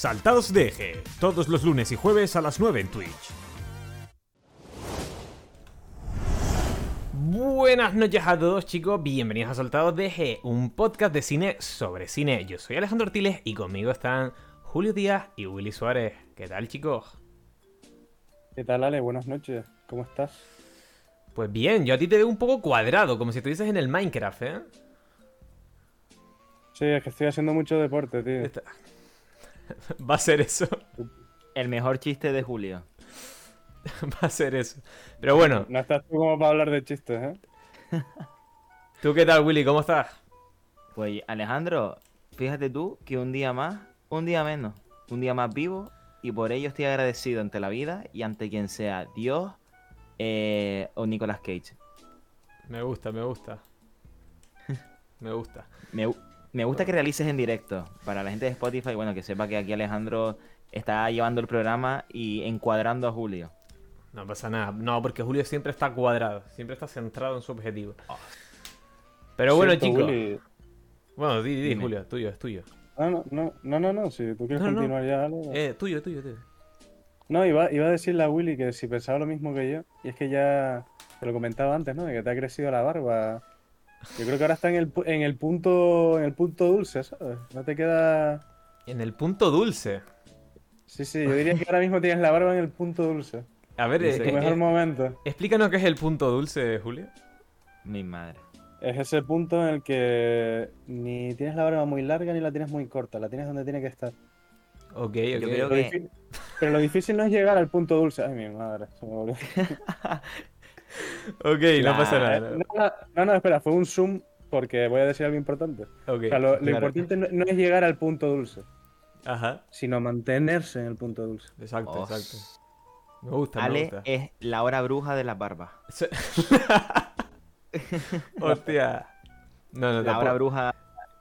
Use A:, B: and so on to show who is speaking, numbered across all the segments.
A: Saltados de Eje, todos los lunes y jueves a las 9 en Twitch. Buenas noches a todos chicos, bienvenidos a Saltados de Eje, un podcast de cine sobre cine. Yo soy Alejandro Ortiles y conmigo están Julio Díaz y Willy Suárez. ¿Qué tal chicos?
B: ¿Qué tal Ale? Buenas noches, ¿cómo estás?
A: Pues bien, yo a ti te veo un poco cuadrado, como si estuvieses en el Minecraft, ¿eh?
B: Sí, es que estoy haciendo mucho deporte, tío.
A: Está- Va a ser eso,
C: El mejor chiste de Julio.
A: va a ser eso. Pero bueno,
B: No estás tú como para hablar de chistes, ¿eh?
A: ¿tú qué tal Willy? ¿Cómo estás?
C: Pues Alejandro, fíjate tú que un día más, un día menos, un día más vivo y por ello estoy agradecido ante la vida y ante quien sea Dios eh, o Nicolas Cage.
A: Me gusta, me gusta. Me gusta.
C: Me, gu- me gusta que realices en directo para la gente de Spotify, bueno, que sepa que aquí Alejandro está llevando el programa y encuadrando a Julio.
A: No pasa nada. No, porque Julio siempre está cuadrado, siempre está centrado en su objetivo.
C: Ah.
A: Pero bueno,
B: Cierto,
A: chicos.
B: Willy.
A: Bueno, di, di,
C: Dime.
A: Julio, tuyo, es tuyo.
B: No, no, no, no, no, no, si tú quieres
A: No, no.
B: continuar ya, Ale.
A: Eh, tuyo, tuyo, tuyo.
B: No, iba, iba a decirle a Willy que si pensaba lo mismo que yo, y es que ya te lo comentaba antes, ¿no? De que te ha crecido la barba. Yo creo que ahora está en el, pu- en el punto en el punto dulce, ¿sabes? No te queda...
A: En el punto dulce.
B: Sí, sí, yo diría que ahora mismo tienes la barba en el punto dulce.
A: A ver,
C: Dice
A: eh,
B: Tu
A: eh,
B: mejor
A: eh,
B: momento.
A: explícanos qué es el punto dulce, Julio.
C: Mi madre.
B: Es ese punto en el que ni tienes la barba muy larga ni la tienes muy corta, la tienes donde tiene que estar.
A: Ok, ok.
C: Yo creo
B: Lo
C: que-
B: difí- Pero lo difícil no es llegar al punto dulce. Ay, mi madre. se me volvió.
A: Ok, no pasa
C: Claro.
A: nada.
B: No, no, no, no, espera, fue un zoom porque voy a decir algo importante.
A: Ok,
B: O sea, lo, lo
A: claro.
B: importante no, no es llegar al punto dulce,
A: Ajá,
B: sino mantenerse en el punto dulce.
A: exacto,
C: Oh,
A: exacto. Me gusta, me
C: Ale eh.
A: gusta.
C: es la hora bruja de las barbas.
A: Hostia. No, no,
C: La hora
A: tampoco.
C: bruja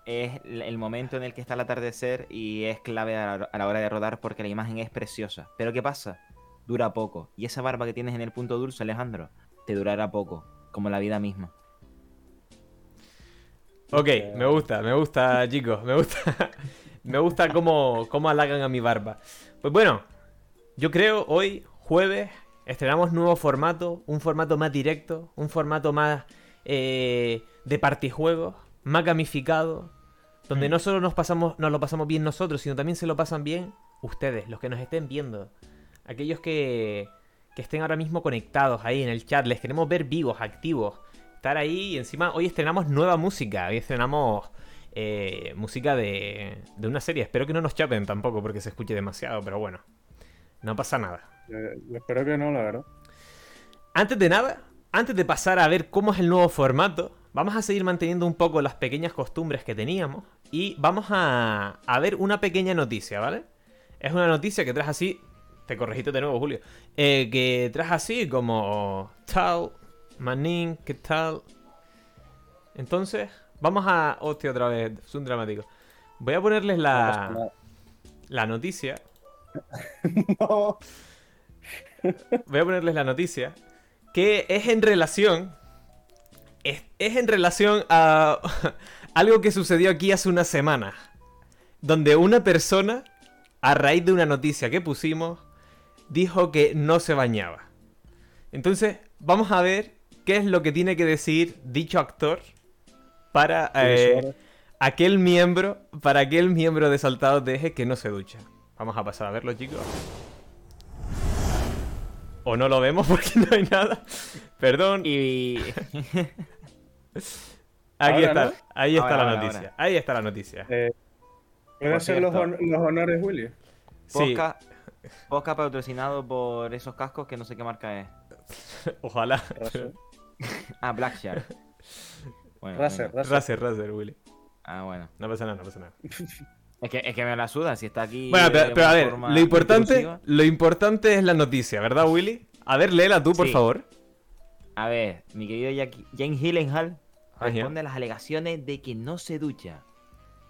C: es l- el momento en el que está el atardecer y es clave a la, a la hora de rodar porque la imagen es preciosa. Pero ¿qué pasa? Dura poco. Y esa barba que tienes en el punto dulce, Alejandro, te durará poco, como la vida misma.
A: Ok, me gusta, me gusta, chicos, me gusta. me gusta cómo, cómo halagan a mi barba. Pues bueno, yo creo hoy, jueves, estrenamos nuevo formato, un formato más directo, un formato más eh, de partijuegos, más gamificado, donde no solo nos, pasamos, nos lo pasamos bien nosotros, sino también se lo pasan bien ustedes, los que nos estén viendo. Aquellos que, que estén ahora mismo conectados ahí en el chat, les queremos ver vivos, activos, estar ahí y encima hoy estrenamos nueva música, hoy estrenamos eh, música de, de una serie, espero que no nos chapen tampoco porque se escuche demasiado, pero bueno, no pasa nada.
B: Eh, espero que no, la verdad.
A: Antes de nada, antes de pasar a ver cómo es el nuevo formato, vamos a seguir manteniendo un poco las pequeñas costumbres que teníamos y vamos a, a ver una pequeña noticia, ¿vale? Es una noticia que traes así, te corregiste de nuevo, Julio, eh, que traes así como tal, manín, qué tal. Entonces, vamos a... Hostia, otra vez, es un dramático. Voy a ponerles la, la noticia.
B: No,
A: voy a ponerles la noticia. Que es en relación. Es, es en relación a algo que sucedió aquí hace una semana. Donde una persona, a raíz de una noticia que pusimos, dijo que no se bañaba. Entonces, vamos a ver qué es lo que tiene que decir dicho actor para eh,
B: Willy Suárez.
A: aquel miembro, para aquel miembro de Saltados de Eje que no se ducha. Vamos a pasar a verlo, chicos. O no lo vemos porque no hay nada. Perdón.
C: Y
A: Aquí
B: Ahora,
A: está.
B: ¿no?
A: Ahí está
C: Ahora,
A: la
C: ahora,
A: noticia.
C: ahora.
A: Ahí está la noticia.
B: Eh, ¿Puedo
C: Por
B: hacer los,
C: cierto.
B: hon- los honores, Willy?
A: Sí,
C: podcast, podcast patrocinado por esos cascos que no sé qué marca es.
A: ojalá.
B: Razer,
C: Ah, Black Shark. Bueno,
B: Razer,
C: venga.
B: Razer.
A: Razer, Razer, Willy.
C: Ah, bueno.
A: No pasa nada, no pasa nada.
C: Es que, es que me la suda si está aquí.
A: Bueno,
C: de
A: pero, pero a
C: una
A: ver,
C: forma
A: lo importante,
C: intrusiva.
A: lo importante es la noticia, ¿verdad, Willy? A ver, léela tú, por
C: Sí.
A: favor.
C: A ver, mi querido Jack- Jane Hillenhall
A: Ajá.
C: responde a las alegaciones de que no se ducha.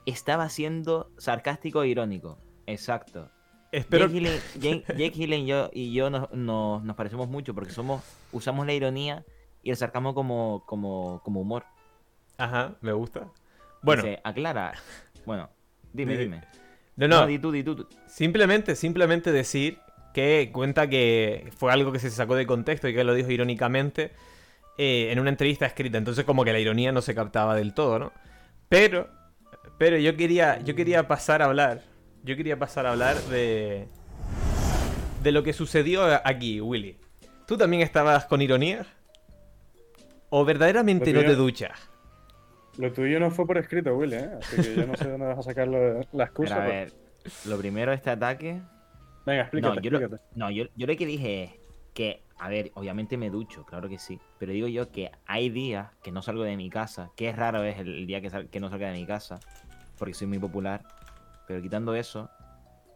C: Estaba siendo sarcástico e irónico. Exacto.
A: Espero
C: Jake, Hillen, Jane- Jake Hillen yo- y yo nos, nos- nos parecemos mucho porque somos usamos la ironía y el sarcasmo como, como, como humor.
A: Ajá, me gusta. Bueno,
C: Dice, aclara. Bueno, dime,
A: Dice-
C: dime.
A: No, no,
C: di tú, di tú. tú.
A: Simplemente, simplemente decir que cuenta que fue algo que se sacó de contexto y que lo dijo irónicamente eh, en una entrevista escrita. Entonces, como que la ironía no se captaba del todo, ¿no? Pero, pero yo quería, yo quería pasar a hablar. Yo quería pasar a hablar de. De lo que sucedió aquí, Willy. ¿Tú también estabas con ironía? ¿O verdaderamente no
B: Lo
A: te
B: primero-
A: duchas?
B: Lo tuyo no fue por escrito, Willy, ¿eh? Así que yo no sé de dónde vas a sacar lo- la
C: Pero
B: excusa.
C: a
B: pues.
C: ver, lo primero de este ataque.
B: Venga, explícate,
C: no, yo lo,
B: explícate.
C: no yo, yo lo que dije es que, a ver, obviamente me ducho, claro que sí. Pero digo yo que hay días que no salgo de mi casa, que es raro es el día que, sal- que no salga de mi casa, porque soy muy popular. Pero quitando eso,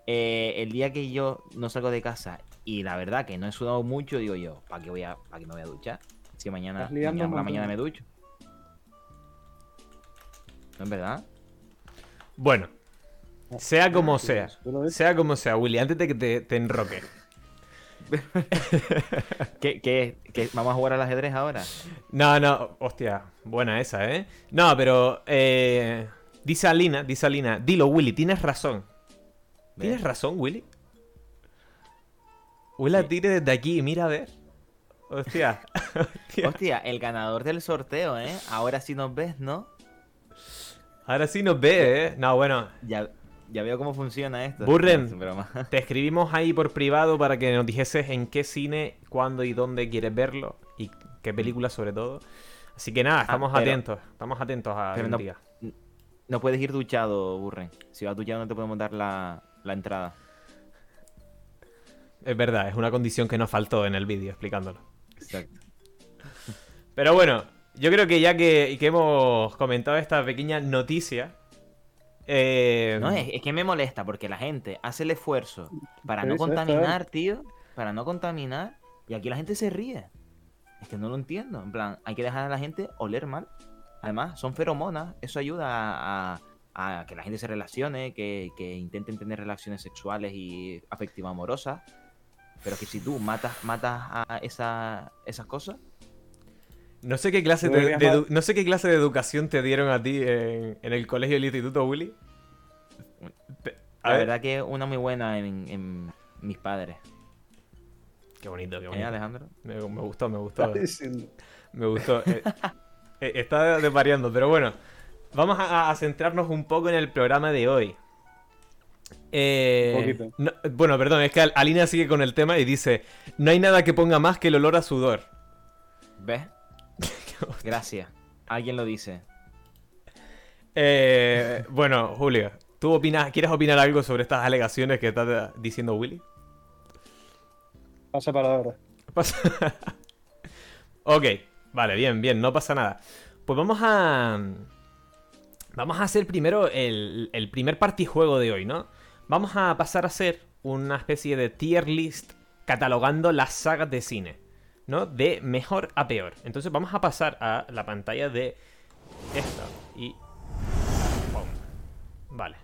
C: eh, el día que yo no salgo de casa y la verdad que no he sudado mucho, digo yo, ¿para qué, voy a, ¿para qué me voy a duchar? Si mañana,
B: Estás liando
C: mañana
B: un
C: por la
B: montón.
C: mañana me ducho. ¿No es verdad?
A: Bueno, sea como
B: Ah, Sí,
A: sea.
B: tú lo ves.
A: Sea como sea, Willy, antes de que te, te enroques.
C: ¿Qué, qué, qué- vamos a jugar al ajedrez ahora?
A: No, no, hostia, buena esa, ¿eh? No, pero eh, dice Alina, dice Alina, dilo Willy, tienes razón. ¿Tienes
C: ¿Ves?
A: razón, Willy? Willy,
C: Sí.
A: tire desde aquí, mira a ver. Hostia, hostia.
C: Hostia, el ganador del sorteo, ¿eh? Ahora sí nos ves, ¿no?
A: Ahora sí nos ve, ¿eh? No, bueno,
C: Ya, ya veo cómo funciona esto.
A: Burren.
C: No, es broma.
A: te escribimos ahí por privado para que nos dijeses en qué cine, cuándo y dónde quieres verlo y qué película sobre todo. Así que nada, estamos
C: Ah, pero-
A: atentos, estamos atentos a
C: pero
A: que
C: no-
A: nos digas.
C: No puedes ir duchado, Burren. Si vas duchado no te podemos dar la, la entrada.
A: Es verdad, es una condición que nos faltó en el vídeo explicándolo.
C: Exacto.
A: Pero bueno, yo creo que ya que, que hemos comentado esta pequeña noticia. eh,
C: No, es, es que me molesta porque la gente hace el esfuerzo para no
B: Sí, sí, está.
C: contaminar, tío. Para no contaminar. Y aquí la gente se ríe. Es que no lo entiendo. En plan, hay que dejar a la gente oler mal. Además, son feromonas. Eso ayuda a, a- a que la gente se relacione, que, que intenten tener relaciones sexuales y afectivas amorosas. Pero que si tú matas, matas a esa- esas cosas,
A: No sé, qué clase
B: Tú
A: de,
B: deberías
A: de
B: ma-
A: edu- no sé qué clase de educación te dieron a ti en, en el colegio y el instituto, Willy. Te- a
C: la
A: ver,
C: verdad que una muy buena en, en mis padres.
A: Qué bonito, qué
C: ¿Eh,
A: bonito.
C: Alejandro?
A: Me, me gustó, me gustó.
B: Estás diciendo.
A: Me gustó. Eh, eh, está desvariando, pero bueno. Vamos a, a centrarnos un poco en el programa de hoy. Eh,
B: Un poquito.
A: no- bueno, perdón, es que Al- Alina sigue con el tema y dice: No hay nada que ponga más que el olor a sudor.
C: ¿Ves? Gracias. Alguien lo dice.
A: Eh, bueno, Julio, ¿tú opinas, quieres opinar algo sobre estas alegaciones que está diciendo Willy?
B: Pasa palabra.
A: Pasa- ok, vale, bien, bien, no pasa nada. Pues vamos a. Vamos a hacer primero el, el primer partijuego de hoy, ¿no? Vamos a pasar a hacer una especie de tier list catalogando las sagas de cine, ¿no? De mejor a peor. Entonces vamos a pasar a la pantalla de esta y. ¡Pum! Vale.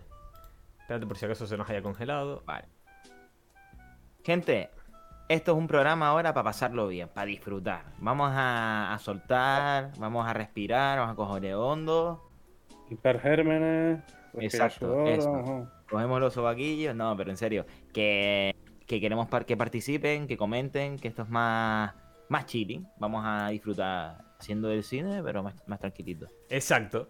A: Espérate por si acaso se nos haya congelado.
C: Vale. Gente, esto es un programa ahora para pasarlo bien, para disfrutar. Vamos a, a soltar, vamos a respirar, vamos a coger hondo,
B: Hipergérmenes. respirar
C: Exacto,
B: sudor,
C: eso.
B: ajá.
C: cogemos los sobaquillos. No, pero en serio, que, que queremos par- que participen, que comenten, que esto es más, más chilling. Vamos a disfrutar haciendo el cine, pero más, más tranquilito.
A: Exacto.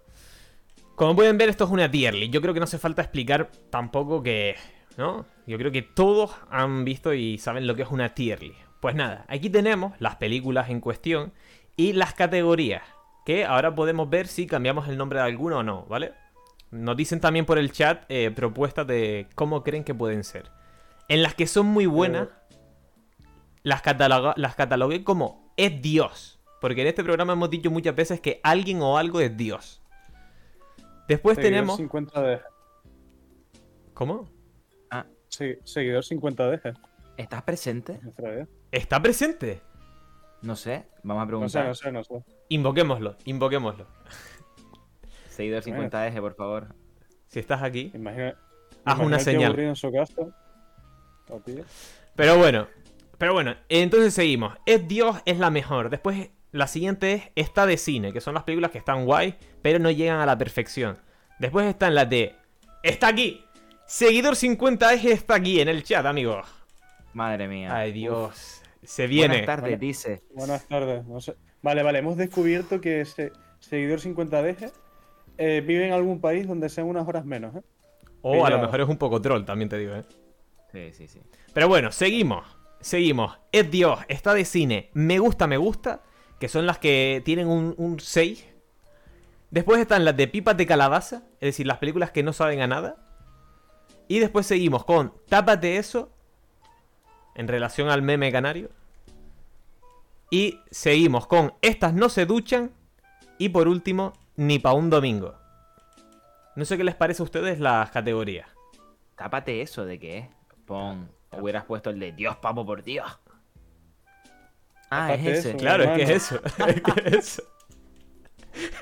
A: Como pueden ver, esto es una tier list. Yo creo que no hace falta explicar tampoco que. ¿No? Yo creo que todos han visto y saben lo que es una tier list. Pues nada, aquí tenemos las películas en cuestión y las categorías. Que ahora podemos ver si cambiamos el nombre de alguno o no, ¿vale? Nos dicen también por el chat eh, propuestas de cómo creen que pueden ser. En las que son muy buenas, las, cataloga- las catalogué como es Dios. Porque en este programa hemos dicho muchas veces que alguien o algo es Dios. Después
B: Seguidor
A: tenemos...
B: 50 dejes.
A: ¿Cómo?
B: Sí, seguidor 50 dejes.
C: ¿Estás presente?
B: nuestra vida.
A: ¿Está presente?
C: No sé, vamos
B: No
C: a
B: sé,
C: preguntar.
B: no sé, no sé.
A: Invoquémoslo, invoquémoslo.
C: Seguidor 50 eje, por favor.
A: Si estás aquí.
B: Imagina.
A: Haz Ah, una
B: imagina el tío
A: señal.
B: aburrido en su casa. O tío.
A: Pero bueno, pero bueno, entonces seguimos. Es Dios es la mejor. Después la siguiente es esta de cine, que son las películas que están guay, pero no llegan a la perfección. Después están las de Está aquí, Seguidor 50 es está aquí en el chat, amigo.
C: Madre mía.
A: Ay, Dios. Se
C: Buenas
A: viene.
C: tardes,
B: Buenas-
C: dice.
B: Buenas tardes. No sé- Vale, vale, hemos descubierto que ese seguidor 50DG eh, vive en algún país donde sean unas horas menos. ¿eh?
A: O a lo
B: Cuidado.
A: mejor es un poco troll, también te digo, ¿eh?
C: Sí, sí, sí.
A: Pero bueno, seguimos. Seguimos. Es Dios, está de cine. Me gusta, me gusta. Que son las que tienen un, un 6. Después están las de pipas de calabaza. Es decir, las películas que no saben a nada. Y después seguimos con Tápate eso. En relación al meme canario. Y seguimos con Estas no se duchan. Y por último, Ni pa' un domingo. No sé qué les parece a ustedes las categorías.
C: Tápate eso de qué es. Pon. Hubieras puesto el de Dios, papo, por Dios. Ah,
B: Tápate
C: es ese.
B: eso.
A: Claro, es que es
B: Hermano.
A: eso. Es que es eso.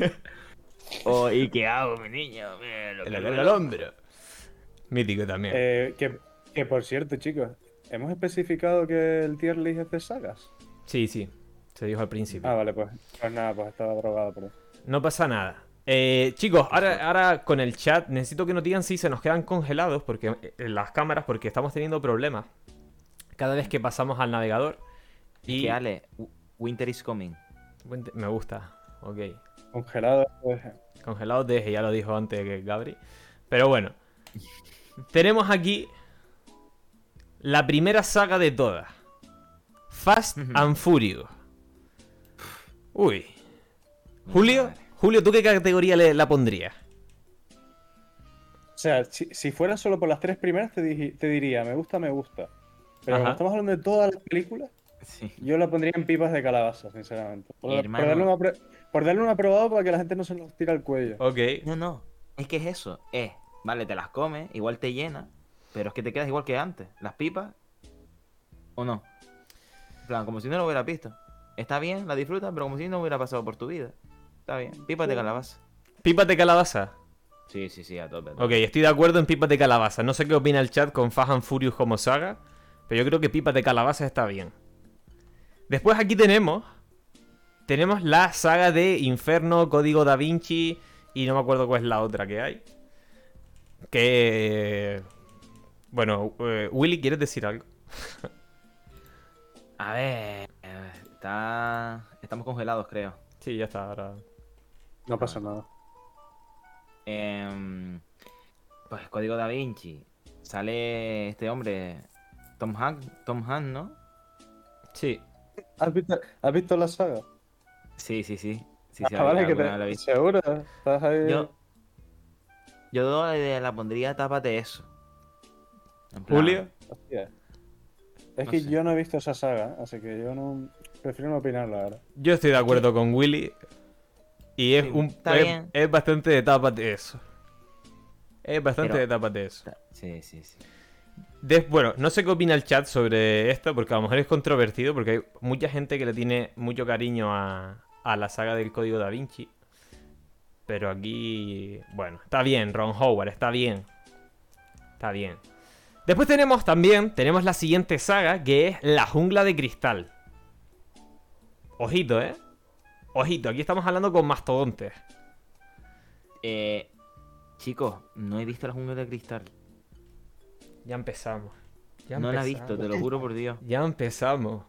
C: Oh, ¿Y qué hago, mi niño? Mira lo
A: El
C: que
A: olor
C: veo.
A: al hombro. Mítico también.
B: Eh, que, que, por cierto, chicos, hemos especificado que el tier list es de sagas.
A: Sí, sí. Se dijo al principio.
B: Ah, vale, pues, pues nada, pues estaba drogado, pero.
A: No pasa nada. Eh, chicos, ahora, ahora con el chat necesito que nos digan si se nos quedan congelados porque eh, las cámaras porque estamos teniendo problemas cada vez que pasamos al navegador.
C: Y
A: Y
C: que, Ale, w- Winter is coming.
A: Buen te- me gusta. Ok.
B: Congelado. pues,
A: Congelados deje, ya lo dijo antes que Gabri. Pero bueno. Tenemos aquí la primera saga de todas. Fast
C: Ujú.
A: and Furious. Uy.
C: Mi
A: Julio,
C: madre.
A: Julio, ¿tú qué categoría le, la pondrías?
B: O sea, si, si fuera solo por las tres primeras, te, digi- te diría, me gusta, me gusta. Pero como
A: Ajá.
B: estamos hablando de todas las películas,
C: Sí.
B: yo la pondría en pipas de calabaza, sinceramente. Por, por
C: Hermano.
B: darle, un apro- por darle un aprobado para que la gente no se nos tire al cuello.
A: Ok.
C: No, no. Es que es eso. Es, vale, te las comes, igual te llena, pero es que te quedas igual que antes. Las pipas, o no. En plan, como si no lo hubiera visto. Está bien, la disfrutas, pero como si no hubiera pasado por tu vida. Está bien. Pipas de calabaza.
A: Pipas de calabaza.
C: Sí, sí, sí, a tope. a tope.
A: Ok, estoy de acuerdo en pipas de calabaza. No sé qué opina el chat con Fast and Furious como saga, pero yo creo que pipas de calabaza está bien. Después aquí tenemos. Tenemos la saga de Inferno, Código da Vinci y no me acuerdo cuál es la otra que hay. Que. Bueno, eh, Willy, ¿quieres decir algo?
C: A ver. eh, Está... Estamos congelados, creo.
A: Sí, ya está, ahora.
B: No pasa nada.
C: Em, pues Código Da Vinci. Sale este hombre, Tom Hanks, Tom Hanks, ¿no?
A: Sí.
B: ¿Has visto, has visto la saga?
C: Sí, sí, sí. sí, sí,
B: Ah, vale, que
C: alguna
B: te- eh.
C: vez la he visto.
B: seguro. Estás ahí.
C: Yo, yo la la pondría tápate eso. En plan,
A: Julio.
B: Hostia. Es
C: No
B: que
C: sé.
B: yo no he visto esa saga, ¿eh? así que yo no prefiero no opinar, la verdad.
A: Yo estoy de acuerdo con Willy. Y es
C: Sí,
A: un
C: está
A: es,
C: bien.
A: es bastante de tapas de eso. Es bastante
C: Pero-
A: de tapas de eso.
C: ta- Sí, sí, sí.
A: Des- bueno, no sé qué opina el chat sobre esto, porque a lo mejor es controvertido, porque hay mucha gente que le tiene mucho cariño a, a la saga del código da Vinci. Pero aquí, bueno, está bien, Ron Howard, está bien. Está bien. Después tenemos también, tenemos la siguiente saga, que es La Jungla de Cristal. Ojito, ¿eh? Ojito, aquí estamos hablando con mastodontes.
C: Eh, chicos, no he visto la jungla de cristal.
A: Ya empezamos. Ya
C: no la he
A: empezamos.
C: visto, te lo juro por Dios.
A: Ya empezamos.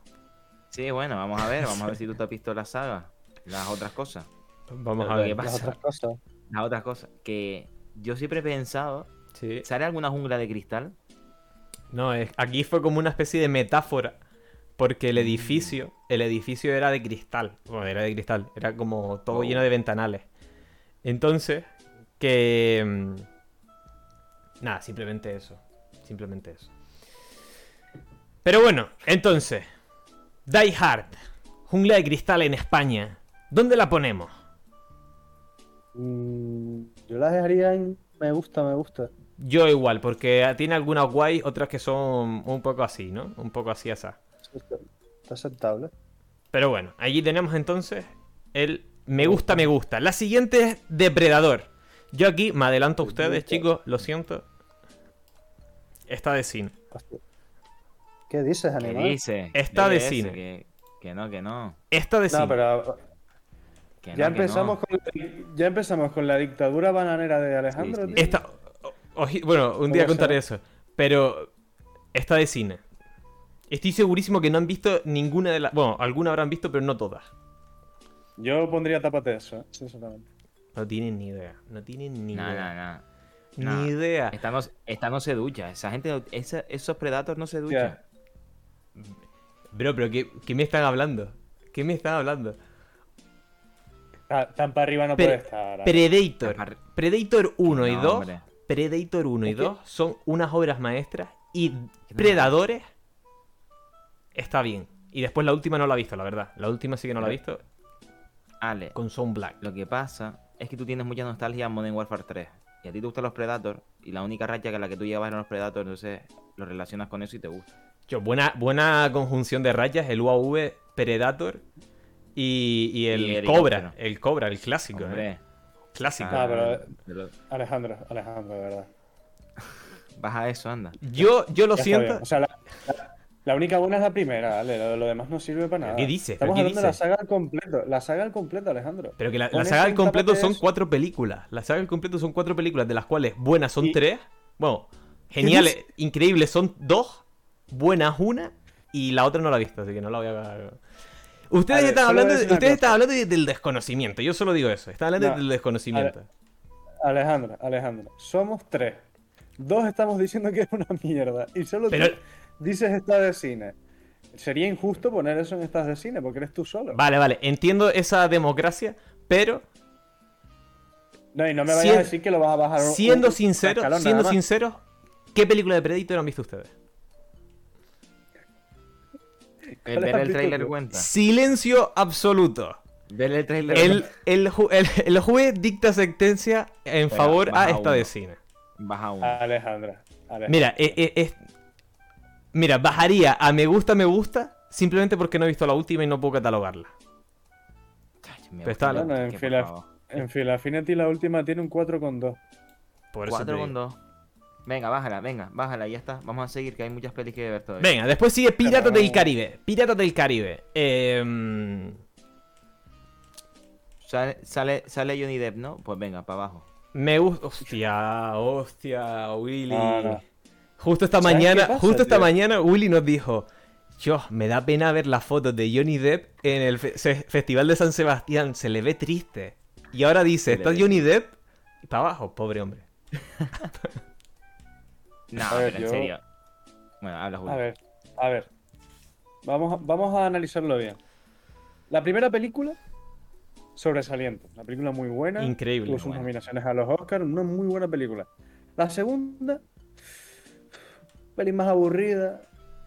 C: Sí, bueno, vamos a ver, vamos a ver si tú te has visto la saga. Las otras cosas.
A: Vamos
C: Pero
A: a
C: lo
A: ver.
C: que
B: Las
C: pasa?
B: otras cosas.
C: Las otras cosas. Que yo siempre he pensado.
A: Sí.
C: ¿Sale alguna jungla de cristal?
A: No, es- aquí fue como una especie de metáfora. Porque el edificio, el edificio era de cristal. Bueno, era de cristal. Era como todo
C: Oh.
A: lleno de ventanales. Entonces, que... mm, Nada, simplemente eso. Simplemente eso. Pero bueno, entonces. Die Hard. Jungla de cristal en España. ¿Dónde la ponemos?
B: Mm, yo las dejaría en me gusta, me gusta.
A: Yo igual, porque tiene algunas guay, otras que son un poco así, ¿no? Un poco así asá.
B: Está, está aceptable.
A: Pero bueno, allí tenemos entonces el me gusta, me gusta. La siguiente es Depredador. Yo aquí me adelanto a ustedes, chicos, lo siento. Está de cine.
B: Hostia. ¿Qué dices,
C: ¿Qué
B: animal?
C: dice?
A: Está
C: Yo
A: de
C: qué sé,
A: cine.
C: Que, que no, que no.
A: Está de
B: No,
A: cine.
B: pero
C: que no,
B: ya
C: que
B: empezamos,
C: no.
B: con, ya empezamos con la dictadura bananera de Alejandro,
C: sí.
B: tío.
A: Está- Oji- bueno, un día
B: ¿Cómo
A: contaré eso. Pero está de cine. Estoy segurísimo que no han visto ninguna de las. Bueno, alguna habrán visto, pero no todas.
B: Yo pondría tápate eso, ¿eh? sinceramente.
A: No tienen ni idea. No tienen ni
C: No, no,
A: idea.
C: no. no.
A: Ni idea.
C: Esta no, esta no se ducha. Esa gente, no- esa- esos predators no se duchan.
A: Bro, pero ¿qué, qué me están hablando? ¿Qué me están hablando?
B: Ta- Tan para arriba no
A: Pero-
B: puede estar.
A: Predator.
C: Apar-
A: Predator 1 y
C: No,
A: 2.
C: hombre.
A: Predator 1 y
B: Es que-
A: 2 son unas obras maestras. Y Predadores está bien. Y después la última no la he visto, la verdad. La última sí que no la he visto.
C: Ale,
A: Con Son Black.
C: lo que pasa es que tú tienes mucha nostalgia a Modern Warfare 3. Y a ti te gustan los Predators. Y la única racha que la que tú llevas eran los Predators. Entonces lo relacionas con eso y te gusta.
A: Yo, buena, buena conjunción de rayas, el UAV Predator y, y el,
C: Y el
A: Cobra.
C: helicóptero.
A: El Cobra, el clásico. ¿eh?
C: Hombre,
A: Clásico.
B: Ah, pero-
C: pero
B: Alejandro, Alejandro, de verdad.
C: baja eso, anda.
A: Yo, yo lo
B: Ya está bien.
A: siento.
B: O sea, la, la- la única buena es la primera, ¿vale? Lo, lo demás no sirve para nada.
A: ¿Qué dices?
B: Estamos
A: ¿Qué
B: hablando de la
A: dices?
B: saga al completo. La saga al completo, Alejandro.
A: Pero que la, la
B: Pones
A: saga al
B: un
A: completo
B: tapete
A: son
B: eso.
A: cuatro películas. La saga al completo son cuatro películas, de las cuales buenas son
B: Y-
A: tres. Bueno, geniales, increíbles son dos. Buenas una. Y la otra no la he visto, así que no la voy a. Ustedes,
B: A ver,
A: están,
B: solo voy a
A: hablando, de-
B: decir una
A: ustedes
B: cosa.
A: están hablando de- del desconocimiento. Yo solo digo eso. Están hablando
B: No,
A: del desconocimiento.
B: Alejandro, Alejandro. Somos tres. Dos estamos diciendo que es una mierda. Y solo
A: Pero-
B: tú dices estás de cine. Sería injusto poner eso en estas de cine porque eres tú solo.
A: Vale, vale. Entiendo esa democracia, pero
B: No, y no me vayas
A: Siendo-
B: a decir que lo vas a bajar un-
A: siendo
B: un
A: sinceros,
B: escalón
A: siendo
B: nada más.
A: sinceros, ¿qué película de Predator han visto ustedes?
C: El ver
B: ¿Cuál es
C: el
B: la
C: trailer
B: actitud?
C: cuenta.
A: Silencio absoluto.
C: Ver el trailer
A: El, el, ju- el, el juez dicta sentencia en
C: Venga,
A: favor a
C: baja
A: esta
C: uno.
A: de cine.
C: baja uno.
B: Ah. Alejandra. Alejandra.
A: Mira, eh, eh, es- mira, bajaría a me gusta, me gusta, simplemente porque no he visto la última y no puedo catalogarla.
C: Ay, me
A: pero está-
C: gusta,
B: Bueno, en
C: que por
B: fila-
C: favor.
B: En fin, la Affinity la última tiene un 4,2.
A: Por eso te
C: 4
A: digo.
C: con 2. Venga, bájala, venga, bájala, ya está. Vamos a seguir, que hay muchas pelis que ver todavía.
A: Venga, después sigue Piratas
B: Pero-
A: del Caribe. Piratas del Caribe. Em,
C: Sale, sale, sale Johnny Depp, ¿no? Pues venga, para abajo.
A: me gusta. Hostia, hostia, Willy.
B: No, Ah, no.
A: Justo esta
B: ¿Sabes qué
A: mañana,
B: pasa,
A: justo esta
B: tío?
A: mañana, Willy nos dijo. Yo, me da pena ver las fotos de Johnny Depp en el fe- se- Festival de San Sebastián. Se le ve triste. Y ahora dice,
C: Se le
A: ¿está
C: ve
A: Johnny Depp? Y para abajo, pobre hombre.
C: No,
B: A ver,
C: pero en
B: yo-
C: serio. Bueno, habla Julio.
B: A ver, a ver. Vamos, a- vamos a analizarlo bien. La primera película, sobresaliente. Una película muy buena.
A: Increíble,
B: Tuvo sus
A: buena.
B: nominaciones a los Oscars. Una muy buena película. La segunda, peli más aburrida.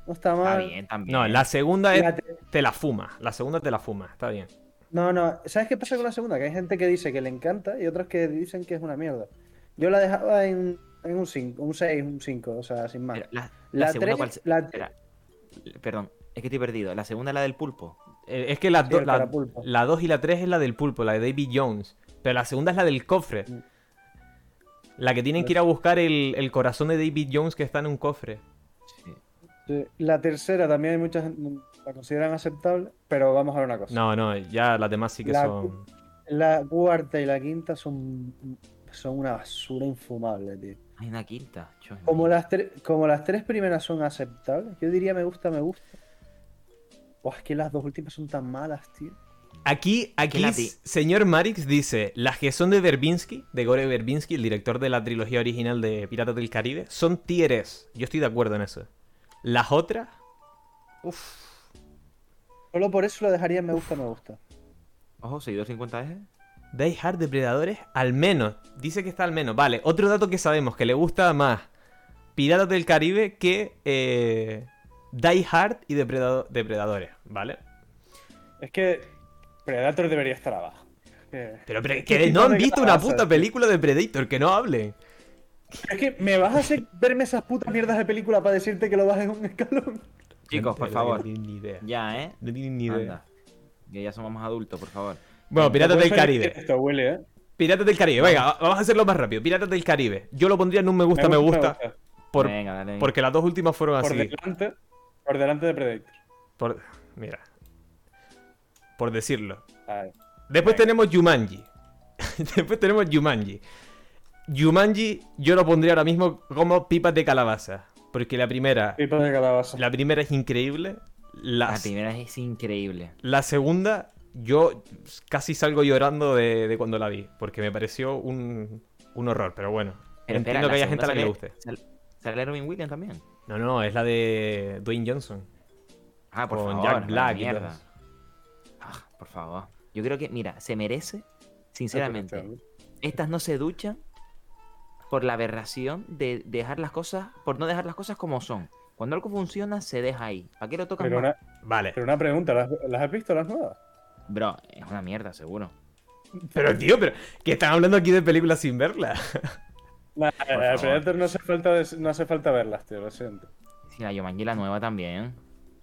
B: No está
C: Está
B: mal.
C: bien, también.
A: No, la segunda es,
B: La te-
A: te la fuma. La segunda te la fuma, está bien.
B: No, no. ¿Sabes qué pasa con la segunda? Que hay gente que dice que le encanta y otros que dicen que es una mierda. Yo la dejaba en, en un 5, un 6, un 5, o sea, sin más.
C: Pero la, la
B: La
C: segunda,
B: 3,
C: cuál se-
B: la,
C: espera. Perdón, es que estoy perdido. La segunda es la del pulpo.
A: Eh, Es que las
B: Sí,
A: do-
B: el
A: la,
B: carapulpo.
A: la dos y la tres es la del pulpo, la de David Jones. Pero la segunda es la del cofre. La que tienen que ir a buscar el, el corazón de David Jones que está en un cofre.
C: Sí.
B: Sí, La tercera también hay mucha gente la consideran aceptable, pero vamos a ver una cosa.
A: No, no, ya las demás sí que
B: La-
A: son.
B: La cuarta y la quinta son, son una basura infumable, tío.
C: Hay una quinta. chos.
B: Como las, tres- como las tres primeras son aceptables, yo diría me gusta, me gusta. Buah, es que las dos últimas son tan malas, tío.
A: Aquí, aquí,
C: la
A: s-
C: vi.
A: señor Marix dice, las que son de Verbinski, de Gore Verbinski, el director de la trilogía original de Piratas del Caribe, son tieres. Yo estoy de acuerdo en eso. Las otras, uff,
B: Solo por eso lo dejaría en me gusta, me gusta.
C: Ojo, seguidor 50 veces.
A: Die Hard Depredadores, al menos. Dice que está al menos. Vale, otro dato que sabemos que le gusta más Piratas del Caribe que eh, Die Hard y Depredado- Depredadores, ¿vale?
B: Es que Predator debería estar abajo. Es que-
A: Pero pre-
B: ¿Qué
A: que
B: tipo
A: no han
B: de
A: visto una
B: grasa?
A: puta película de Predator, que no hablen.
B: Es que me vas a hacer verme esas putas mierdas de película para decirte que lo bajes un escalón.
C: Chicos, por
A: Gente, No
C: favor.
A: tienen ni idea.
C: Ya, ¿eh?
A: No tienen ni idea.
C: Anda. Que ya somos más adultos, por favor.
A: Bueno, Piratas
B: Te
A: del
B: puedes salir
A: Caribe.
B: Esto, Willy, ¿eh?
A: Piratas del Caribe, venga, va- vamos a hacerlo más rápido. Piratas del Caribe. Yo lo pondría en un me gusta, me gusta. por-
C: Venga, dale.
A: porque las dos últimas fueron
B: Por
A: así.
B: delante, por delante de Predator.
A: Por- mira. Por decirlo.
B: Vale.
A: Después
B: Venga.
A: tenemos Jumanji. Después tenemos Jumanji. Yumanji yo lo pondría ahora mismo como pipas de calabaza. Porque la primera,
B: Pipa de calabaza.
A: la primera es increíble. La,
C: La primera es increíble.
A: la segunda, yo casi salgo llorando de, de cuando la vi. Porque me pareció un, un horror, pero bueno.
C: Pero espera,
A: entiendo que
C: la
A: haya gente a la que le
C: segunda
A: guste.
C: sale- sal- Sale Robin Williams también.
A: No, no, es la de Dwayne Johnson.
C: Ah, por
A: Con
C: favor.
A: Jack
C: vaya
A: Black y
C: mierda.
A: todas.
C: Ah, por favor. Yo creo que, mira, se merece, sinceramente. Estas no se duchan por la aberración de dejar las cosas, por no dejar las cosas como son. Cuando algo funciona, se deja ahí. ¿Para qué lo tocas
B: Pero
C: más?
B: una,
A: Vale.
B: pero una pregunta, ¿las, las has visto las nuevas?
C: Bro, es una mierda, seguro.
A: Pero tío, pero que están hablando aquí de películas sin verla.
B: La, la
C: favor.
B: Eh, Predator no hace, falta des- no hace falta verlas, tío, lo siento.
C: Si la Yomanji la nueva también.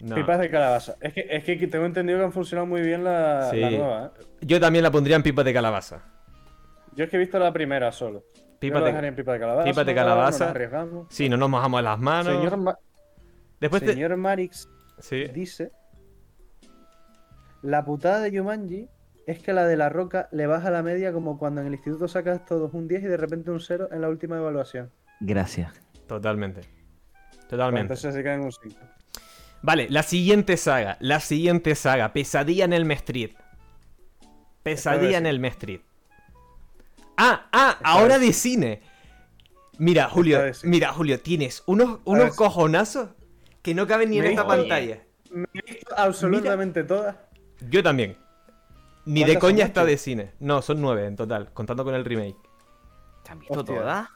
A: No.
B: Pipas de calabaza. Es que, es que tengo entendido que han funcionado muy bien la,
A: Sí.
B: la nueva, ¿eh?
A: Yo también la pondría en pipas de calabaza.
B: Yo es que he visto la primera solo.
A: Pipas
B: Yo lo
A: de-
B: dejaría en pipa de calabaza.
A: pipas de
B: no, no
A: calabaza.
B: nos arriesgamos.
A: Sí, no nos mojamos las manos.
B: Señor, Ma-
A: Después te-
B: señor Marix
A: Sí.
B: dice: La putada de Yumanji es que la de la roca le baja la media como cuando en el instituto sacas todos un 10 y de repente un 0 en la última evaluación.
C: Gracias.
A: Totalmente. Totalmente.
B: Pues Entonces se caen un 5.
A: Vale, la siguiente saga. La siguiente saga. Pesadilla en el Street.
B: Esta vez
A: Pesadilla en
B: sí.
A: el Street. Ah, ah, ahora de cine. Mira, Julio,
B: vez sí.
A: mira, Julio, tienes unos, unos
B: sí.
A: cojonazos que no caben ni en
B: Me
A: esta
C: dijo-
A: pantalla.
B: Absolutamente todas.
A: Yo también. Ni de
B: ¿Cuántas son
A: coña está
B: ocho?
A: de cine. No, son nueve en total, contando con el remake.
C: ¿Te han visto
B: Hostia.
C: todas?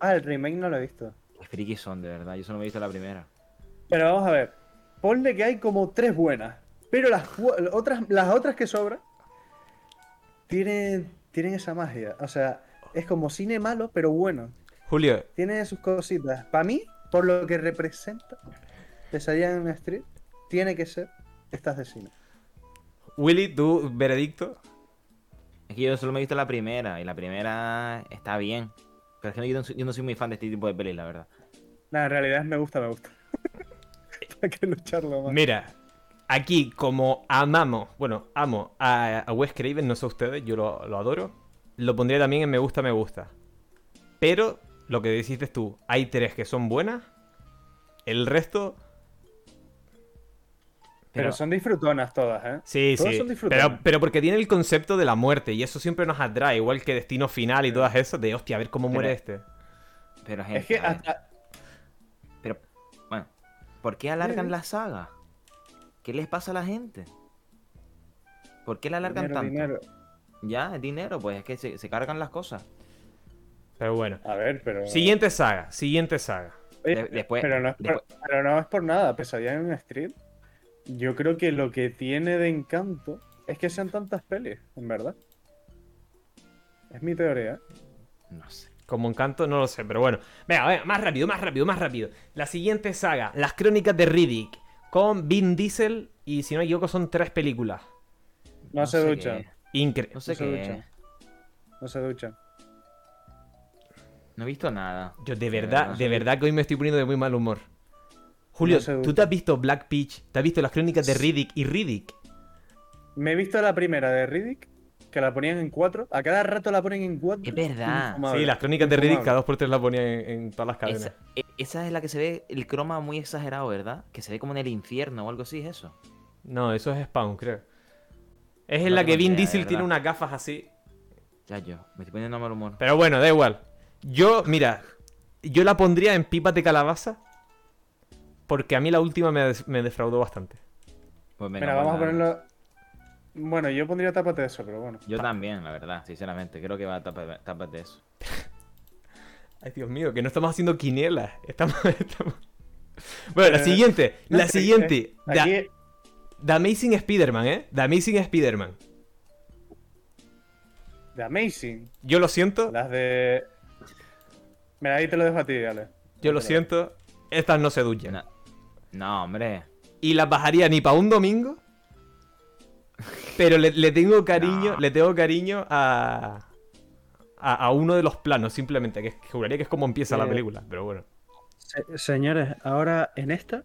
B: Ah, el remake no lo he visto.
C: Qué frikis son, de verdad. Yo solo me he visto la primera.
B: Pero vamos a ver. Ponle que hay como tres buenas. Pero las cua- otras, las otras que sobran tienen, tienen esa magia. O sea, es como cine malo, pero bueno.
A: Julio,
B: Tiene sus cositas. Para mí, por lo que representa Pesadilla en una Street, tiene que ser estas de cine.
A: Willy, tu veredicto.
C: Es que yo solo me he visto la primera. Y la primera está bien. Pero es que no- yo no, soy- yo no soy muy fan de este tipo de pelis, la verdad.
B: Nada, en realidad me gusta, me gusta. Hay que lucharlo más.
A: Mira, aquí como amamos, bueno, amo a, a Wes Craven, no sé ustedes, yo lo, lo adoro. Lo pondría también en me gusta, me gusta. Pero lo que deciste tú, hay tres que son buenas. El resto,
C: Pero,
B: disfrutonas todas, ¿eh?
A: sí,
B: Todas
A: sí.
B: son disfrutables.
A: pero, pero porque tiene el concepto de la muerte y eso siempre nos atrae, igual que Destino Final y todas esas, de hostia, a ver cómo
C: Pero-
A: muere este.
C: pero, gente,
B: Es que
C: a ver,
B: hasta.
C: pero, bueno, ¿por qué alargan
B: Sí.
C: la saga? ¿Qué les pasa a la gente? ¿Por qué la alargan
B: Dinero,
C: tanto?
B: dinero.
C: Ya, es dinero, pues es que se, se cargan las cosas.
A: Pero bueno.
B: A ver, pero.
A: Siguiente saga, siguiente saga.
B: Oye,
C: De- después-
B: pero, no es por,
C: después-
B: pero no es por nada, Pesadilla en un Street. Yo creo que lo que tiene de encanto es que sean tantas pelis, en verdad. Es mi teoría. ¿eh?
C: No sé.
A: Como encanto, no lo sé, pero bueno. Venga, venga, más rápido, más rápido, más rápido. La siguiente saga, Las Crónicas de Riddick, con Vin Diesel y, si no me equivoco, son tres películas.
B: No, se
C: sé
B: duchan,
C: qué-
A: Increíble.
C: No sé
B: No se
C: qué.
B: duchan. no se duchan.
C: No he visto nada.
A: Yo de verdad, de verdad que hoy me estoy poniendo de muy mal humor. Julio,
B: No sé,
A: ¿tú
B: Duque.
A: te has visto Black Peach? ¿Te has visto Las Crónicas de Riddick y Riddick?
B: Me he visto la primera de Riddick, que la ponían en cuatro. A cada rato la ponen en cuatro.
C: Es verdad.
B: Infumable,
A: sí, Las Crónicas de Riddick
B: infumable.
A: cada dos por tres la ponía en, en todas las cadenas.
C: Esa, e- esa es la que se ve el croma muy exagerado, ¿verdad? Que se ve como en el infierno o algo así, ¿es eso?
A: No, eso es Spawn, creo. Es en
C: No
A: la
C: tengo
A: que
C: ni
A: Vin
C: idea, de
A: Diesel tiene
C: verdad.
A: unas gafas así
C: Ya yo, me estoy poniendo mal humor.
A: Pero bueno, da igual. Yo, mira, yo la pondría en pipas de calabaza. Porque a mí la última me, des- me defraudó bastante.
C: Pues venga,
B: Mira, vamos a
C: pues nada.
B: ponerlo. Bueno, yo pondría tápate eso, pero bueno.
C: Yo también, la verdad, sinceramente. Creo que va a tapar, tapar de eso.
A: Ay, Dios mío, que no estamos haciendo quinielas. Estamos. estamos- Bueno, la
B: Eh,
A: siguiente.
B: No,
A: La
B: pero, eh,
A: siguiente. Da-
B: Aquí,
A: The Amazing Spider-Man, ¿eh? The Amazing Spider-Man.
B: The Amazing.
A: Yo lo siento,
B: Las de. Mira, ahí te lo dejo a ti, Ale.
A: yo lo siento. Estas no se duchan.
C: No, no, hombre.
A: Y las bajaría ni para un domingo. Pero le, le tengo cariño,
C: No.
A: le tengo cariño a, a. a uno de los planos, simplemente. Que es- que juraría que es como empieza la
B: Eh.
A: película, pero bueno.
B: Se- Señores, ahora en esta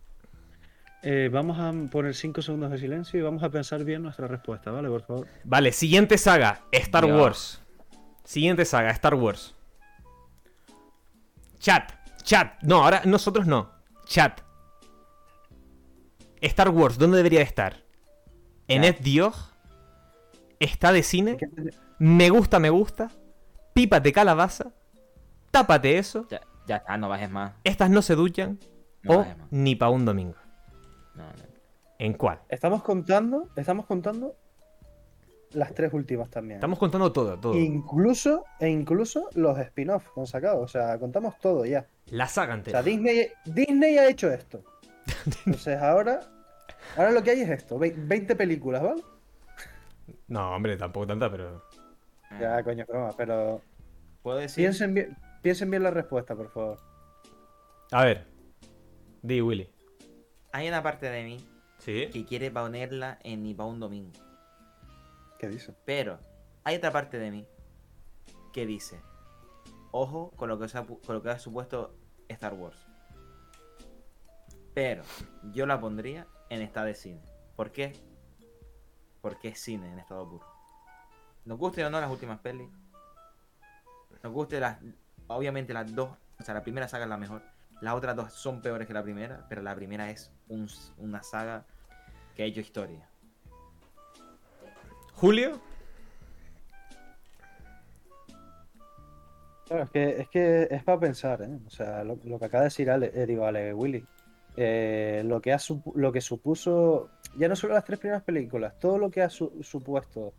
B: eh, vamos a poner 5 segundos de silencio y vamos a pensar bien nuestra respuesta, ¿vale? Por favor.
A: Vale, siguiente saga, Star
C: Ya.
A: Wars. Siguiente saga, Star Wars. Chat, chat. No, ahora nosotros no. Chat. Star Wars, ¿dónde debería de estar? ¿En
C: Chat.
A: Ed Dios? ¿Está de cine?
B: ¿Qué-
A: Me gusta, me gusta. Pípate calabaza. Tápate eso.
C: Ya, ya está, no bajes más.
A: Estas no se duchan.
C: No
A: o
C: bajes más.
A: ni pa' un domingo.
C: No, no.
A: ¿En cuál?
B: Estamos contando, estamos contando las tres últimas también.
A: Estamos contando todo, todo.
B: Incluso, e incluso los spin-offs que han sacado. O sea, contamos todo ya.
A: La saga
B: O sea,
A: entera.
B: Disney, Disney ha hecho esto. Entonces ahora, ahora lo que hay es esto. ve- 20 películas, ¿vale?
A: No, hombre, tampoco tanta, pero.
C: Ah.
B: Ya, coño, es broma, pero
C: Puedo decir.
B: piensen bien, piensen bien la respuesta, por favor.
A: A ver. Di, Willy.
C: Hay una parte de mí
A: ¿Sí?
C: que quiere ponerla en Ni pa' un domingo.
B: ¿Qué dicen?
C: Pero hay otra parte de mí que dice: Ojo con lo que, os ha, pu- con lo que ha supuesto Star Wars. Pero yo la pondría en esta de cine. ¿Por qué? Porque es cine en estado puro. Nos guste o no las últimas pelis. Nos guste las. Obviamente las dos. O sea, la primera saga es la mejor. Las otras dos son peores que la primera. Pero la primera es un- una saga que ha hecho historia.
A: ¿Julio?
B: Claro, es que es, que es para pensar, ¿eh? O sea, lo, lo que acaba de decir Ale, eh, digo, Ale Willy, eh, lo, que ha supu- lo que supuso, ya no solo las tres primeras películas, todo lo que ha su- supuesto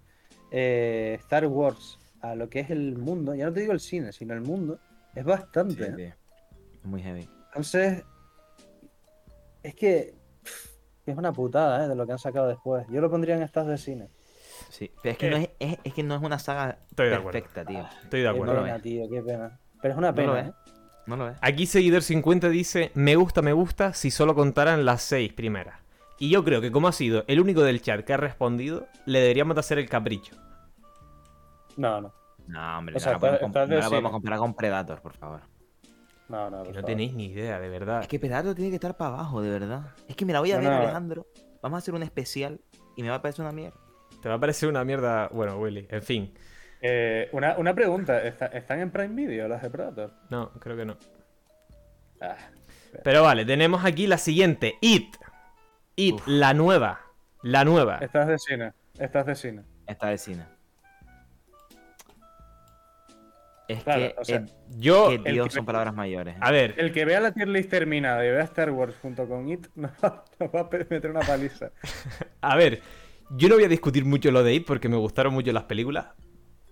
B: eh, Star Wars a lo que es el mundo, ya no te digo el cine, sino el mundo, es bastante. ¿eh?
C: Muy heavy.
B: Entonces, es que pff, es una putada, ¿eh? De lo que han sacado después. Yo lo pondría en estas de cine.
C: Sí, pero es que, no
B: Eh.
C: es, es- es que no es una saga
A: Estoy de acuerdo.
C: perfecta, tío.
A: Estoy de
B: qué
A: acuerdo.
C: lo
B: pena,
C: es.
B: tío, qué pena. Pero es una
C: No lo
B: pena,
C: es.
B: ¿eh?
C: No lo es.
A: Aquí seguidor 50 dice, me gusta, me gusta, si solo contaran las seis primeras. Y yo creo que como ha sido el único del chat que ha respondido, le deberíamos de hacer el capricho.
B: No, no.
C: No, hombre,
B: O sea,
C: no, la podemos,
B: está-
C: comp-
B: está
C: no la
B: de
C: podemos
B: cine.
C: comparar con Predator, por favor.
B: No, no. por
A: Que no
B: favor.
A: tenéis ni idea, de verdad.
C: Es que Predator tiene que estar para abajo, de verdad. Es que me la voy a
B: No,
C: ver,
B: no.
C: Alejandro. Vamos a hacer un especial y me va a parecer una mierda.
A: Te va a parecer una mierda... Bueno, Willy, en fin.
B: Eh, una, una pregunta, ¿está- ¿están en Prime Video las de Predator?
A: No, creo que no.
B: Ah,
A: Pero vale, tenemos aquí la siguiente. It. It, la nueva. La nueva.
B: estás de cine, estás de cine.
C: Esta de cine. Es
B: Claro,
C: que,
B: o sea, oh,
C: es
A: Yo...
C: que,
B: el
C: Dios,
B: que-
C: son palabras mayores. ¿eh?
A: A ver,
B: El que vea la tier list terminada y vea Star Wars junto con It, nos va, nos va a pe- meter una paliza.
A: a ver. Yo no voy a discutir mucho lo de It porque me gustaron mucho las películas.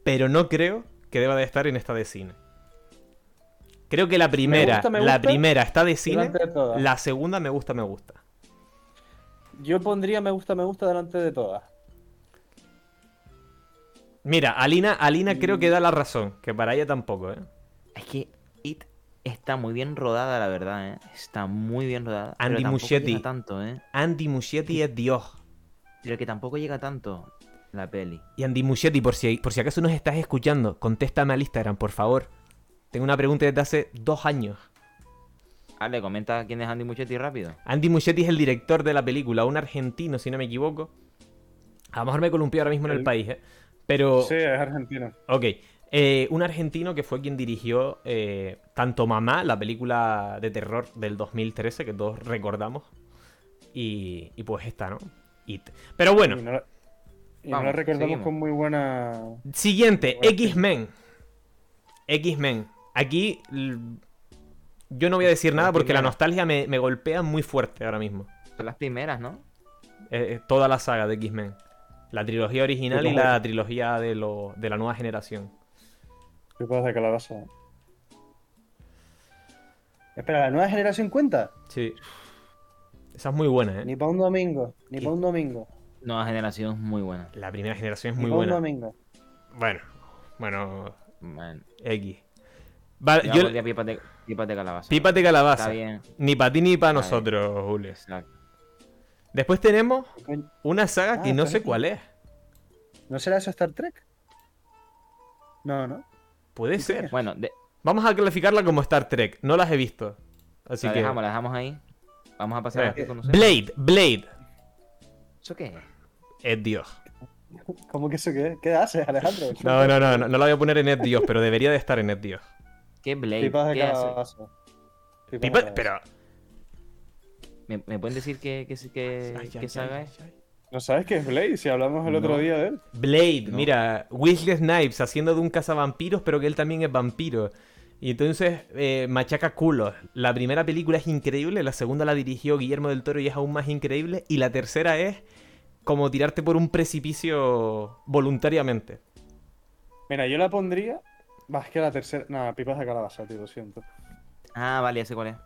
A: Pero no creo que deba de estar en esta de cine. Creo que la primera,
B: gusta, me
A: la
B: gusta.
A: primera está de cine.
B: Delante de todas.
A: La segunda me gusta, me gusta.
B: Yo pondría me gusta, me gusta delante de todas.
A: Mira, Alina, Alina creo que da la razón, que para ella tampoco, ¿eh?
C: Es que It está muy bien rodada, la verdad, ¿eh? Está muy bien rodada. pero
A: Andy
C: tampoco llega
A: Muschietti.
C: tanto, ¿eh?
A: Andy Muschietti es Dios.
C: Pero que tampoco llega tanto la peli.
A: Y Andy Muschietti, por si, por si acaso nos estás escuchando, contéstame al Instagram, por favor. Tengo una pregunta desde hace dos años.
C: Ale, Ah, comenta quién es Andy Muchetti rápido.
A: Andy Muschietti es el director de la película, un argentino, si no me equivoco. A lo mejor me columpio ahora mismo en el
B: El-
A: país, ¿eh? Pero,
B: Sí, es argentino.
A: ok. Eh, un argentino que fue quien dirigió eh, tanto Mamá, la película de terror del 2013, que todos recordamos, y, y pues esta, ¿no? It. Pero bueno,
B: Y no, la- y no
C: Vamos,
B: la recordamos
C: seguimos.
B: con muy buena.
A: Siguiente,
B: Bueno,
A: X-Men. X-Men. Aquí l- yo no voy a decir nada porque la
C: primera.
A: nostalgia me, me golpea muy fuerte ahora mismo.
C: Son las primeras, ¿no?
A: Eh, eh, toda la saga de X-Men. La trilogía original y la trilogía de, lo- de la nueva generación.
B: Chupas de calabaza. Espera, ¿la nueva generación cuenta?
A: Sí. Esa es muy buena,
B: Ni
A: ¿eh?
B: para un domingo, ni
A: Sí.
B: para un domingo.
C: Nueva generación muy buena.
A: La primera generación es
B: Ni
A: muy
B: pa' un
A: buena.
B: domingo.
A: Bueno, bueno,
C: Man.
A: X. Va,
C: Yo
A: yo-
C: pondría pipas de, pipas de calabaza.
A: pipa de
C: Está
A: calabaza.
C: bien.
A: Ni para ti ni para
C: Está bien.
A: nosotros, Julio.
C: Exacto.
A: Después tenemos
B: Coño,
A: una saga
B: Ah,
A: que no
B: pues
A: sé
B: es-
A: cuál es.
B: ¿No será eso Star Trek? No, no.
A: Puede ser.
C: Bueno, de-
A: Vamos a clasificarla como Star Trek. No las he visto. Así
C: la
A: que. Eh,
C: dejamos, la dejamos ahí. Vamos a pasar a
A: Venga.
C: la que conocemos.
A: Blade, Blade.
C: ¿Eso qué es?
A: Es Dios.
B: ¿Cómo que eso qué? ¿Qué haces, Alejandro?
A: No, no, no, no, no la voy a poner en Es Dios, pero debería de estar en Es Dios.
C: ¿Qué Blade?
B: Pipas de
C: ¿Qué hace?
B: calabaza. Pipas de
A: Pipa-
B: calabaza.
A: pero.
C: ¿Me, me pueden decir qué, qué, qué-
A: Ay,
C: qué
A: ay,
C: saga
A: ay,
C: es?
A: ay, ay.
B: ¿No sabes qué es Blade? Si hablamos el
C: No.
B: otro día de él.
A: Blade,
C: No.
A: mira, Weasley Snipes haciendo de un cazavampiros, pero que él también es vampiro. Y entonces eh, machaca culos. La primera película es increíble, la segunda la dirigió Guillermo del Toro y es aún más increíble. Y la tercera es como tirarte por un precipicio voluntariamente.
B: Mira, yo la pondría. Bah, es que la tercera. Nada, pipas de calabaza, tío, lo siento.
C: Ah, vale, ya sé cuál es.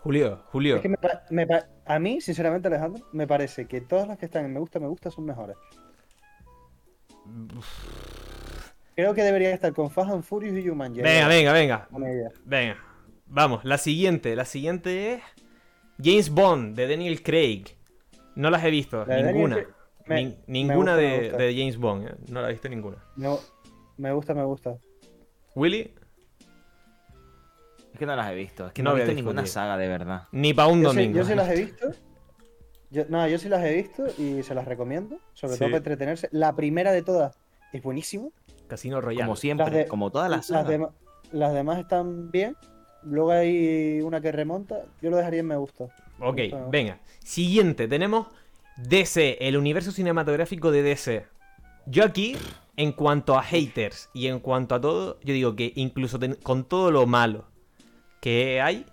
A: Julio, Julio.
B: Es que me pa- me pa- a mí, sinceramente, Alejandro, me parece que todas las que están en Me Gusta, Me Gusta son mejores. Creo que debería estar con Fast and Furious y Jumanji.
A: Venga, venga, venga.
B: Una idea.
A: Venga, vamos, la siguiente, la siguiente es James Bond de Daniel Craig. No las he visto,
B: La de Daniel
A: ninguna.
B: Craig- me-
A: Nin-
B: me
A: ninguna
B: gusta, me
A: de,
B: gusta.
A: de James Bond, eh, no la he visto ninguna.
B: No, me gusta, me gusta.
A: Willy,
C: Es que no las he visto. Es que
A: No
C: no, he
A: voy a
C: visto ninguna
A: discutir.
C: saga de verdad.
A: ni pa' un
B: Yo sí,
A: domingo.
B: yo sí las he visto. Yo- no, yo sí las he visto y se las recomiendo. Sobre
A: Sí.
B: todo para entretenerse. La primera de todas es buenísima.
A: Casino Royale.
C: Como siempre,
B: Las de-
C: como todas las sagas.
B: dema- las demás están bien. Luego hay una que remonta. Yo lo dejaría en me gusta.
A: Ok,
B: Me gusta, me gusta.
A: venga. Siguiente, tenemos DC, el universo cinematográfico de DC. Yo aquí, en cuanto a haters y en cuanto a todo, yo digo que incluso ten- con todo lo malo que hay,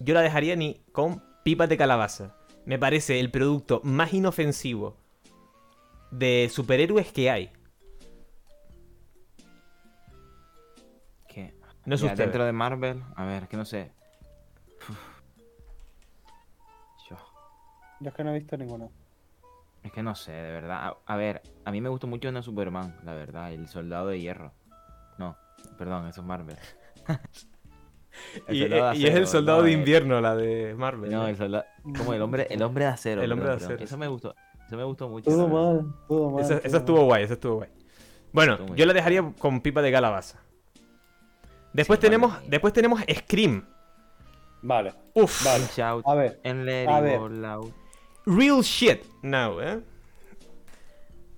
A: yo la dejaría ni con pipas de calabaza. Me parece el producto más inofensivo de superhéroes que hay.
C: Que-
A: No es
C: Ya,
A: usted.
C: dentro de Marvel, a ver, que no sé. Uf. Yo,
B: Yo es que no he visto ninguna.
C: es que no sé, de verdad. A, a ver, a mí me gustó mucho una Superman, la verdad, el soldado de hierro. No, perdón, eso es Marvel. El
A: Y, e,
C: soldado de
A: y es el
C: acero,
A: soldado
C: no,
A: de
C: el-
A: invierno, la de Marvel.
C: No, el soldado. Como el hombre, el hombre de acero.
A: El hombre
C: perdón,
A: de
C: perdón.
A: acero,
C: Eso
A: sí.
C: me gustó. Eso me gustó mucho.
B: Todo
C: la verdad.
B: mal, todo mal.
A: Esa-
B: todo
A: esa estuvo
B: mal.
A: guay, esa estuvo guay. Bueno,
C: Estuvo muy
A: yo la
C: bien.
A: dejaría con pipa de calabaza. Después
C: Sí,
A: tenemos,
C: vale.
A: después tenemos Scream.
B: Vale,
A: Uf,
B: vale.
C: Shout
B: A ver,
C: and let
B: a
C: it
B: ver.
C: go loud.
A: real shit now, ¿eh?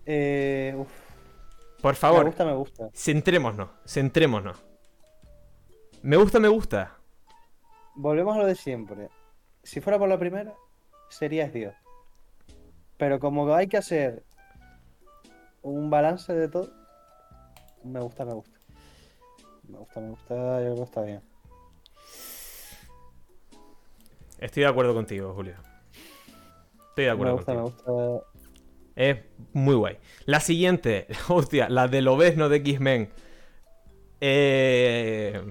B: eh, uf,
A: Por
B: me
A: favor,
B: gusta, me gusta.
A: centrémonos, centrémonos. Me gusta, me gusta.
B: Volvemos a lo de siempre. Si fuera por la primera, sería Dios. Pero como hay que hacer un balance de todo, me gusta, me gusta. Me gusta, me gusta, yo creo que está bien.
A: Estoy de acuerdo contigo, Julio. Estoy de
B: Me
A: acuerdo
B: gusta, me
A: contigo.
B: gusta.
A: Es muy guay. La siguiente, hostia, la del obesno de X-Men. Eh...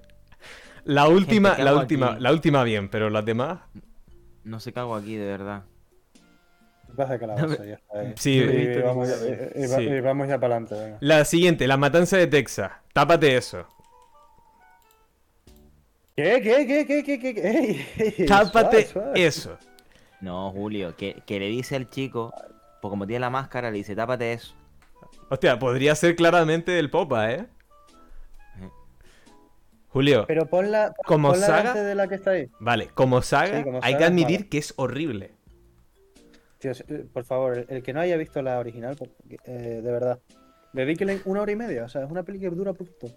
A: la última,
C: que
A: la
C: hago
A: última,
C: aquí.
A: la última bien, pero las demás.
C: No se cago aquí, de verdad.
B: Vas de calabaza, ya está. eh.
A: Sí,
B: Y
A: he
C: visto
B: vamos, ya,
C: ninguna.
B: y- y va-
A: Sí.
B: y vamos ya para adelante, venga.
A: La siguiente, la matanza de Texas. Tápate eso.
B: ¿Qué, qué, qué, qué, qué, qué? qué? Ey, ey,
A: Tápate
B: suave, suave.
A: eso.
C: No, Julio, que, que le dice al chico, pues como tiene la máscara, le dice, tápate eso.
A: Hostia, podría ser claramente del popa, ¿eh?
C: Ujú.
A: Julio,
B: Pero ponla,
A: Como
B: ponla
A: saga-
B: delante de la que está ahí.
A: vale, como saga,
B: Sí, como
A: hay
B: saga
A: que
B: es
A: admitir
B: mala.
A: que es horrible.
B: Tío, eh, por favor, el- el que no haya visto la original, por- eh, de verdad. Dedíquenle una hora y media, o sea, es una peli que dura poquito.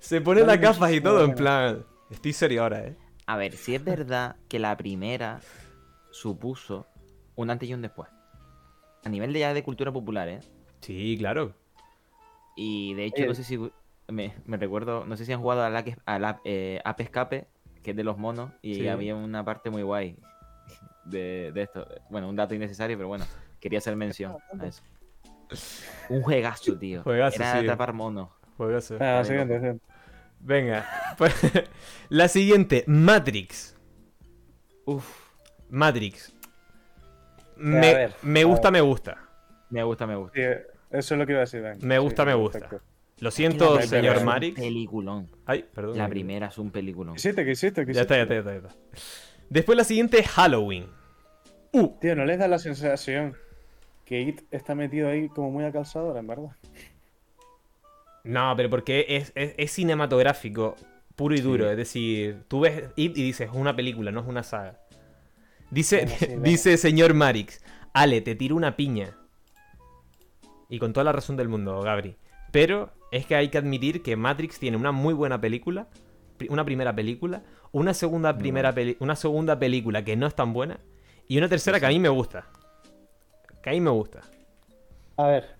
A: Se pone
B: Vale,
A: las gafas y
B: muchísimo,
A: todo, en
B: bueno.
A: plan. Estoy serio ahora, ¿eh?
C: A ver, si es verdad que la primera supuso un antes y un después. A nivel de ya de cultura popular, ¿eh?
A: Sí, claro.
C: Y de hecho,
B: Oye.
C: no sé si me me recuerdo, no sé si han jugado a la, que- a la eh, Ape Escape, que es de los monos, y
A: Sí.
C: había una parte muy guay de, de esto. Bueno, un dato innecesario, pero bueno, quería hacer mención a eso. Un juegazo, tío.
A: Juegazo,
C: Era
A: sí.
C: atrapar monos.
A: Juegazo.
B: Ah,
C: Está bien,
B: siguiente, siguiente.
A: Venga. pues, la siguiente, Matrix.
C: Uf,
A: Matrix. Me,
B: ver,
A: me
B: a
A: gusta, me gusta.
C: me gusta, me gusta.
B: Sí, eh, eso es lo que iba a decir, venga.
A: Me gusta,
B: Sí,
A: me gusta.
B: perfecto.
A: Lo
C: La
A: siento,
C: primera
B: primera
A: señor
C: es un
A: Matrix.
C: Peliculón.
A: Ay, perdón.
C: La
A: me-
C: primera es un peliculón.
B: ¿Qué hiciste? ¿Qué hiciste? ¿Qué
A: Ya
B: hiciste?
A: está, ya está, ya está, ya está. Después la siguiente es Halloween. Uh,
B: Tío, ¿no les da la sensación que It está metido ahí como muy a calzadora, en verdad?
A: no, pero porque es, es- es cinematográfico, puro y duro. Es decir, tú ves It y dices, es una película, no es una saga. Dice,
B: Bueno, sí, venga.
A: dice señor Marix, Ale, te tiro una piña. Y con toda la razón del mundo, Gabri. Pero es que hay que admitir que Matrix tiene una muy buena película, pri- una primera película, una segunda, primera peli- una segunda película que no es tan buena y una tercera que a mí me gusta. Que a mí me gusta.
D: A ver,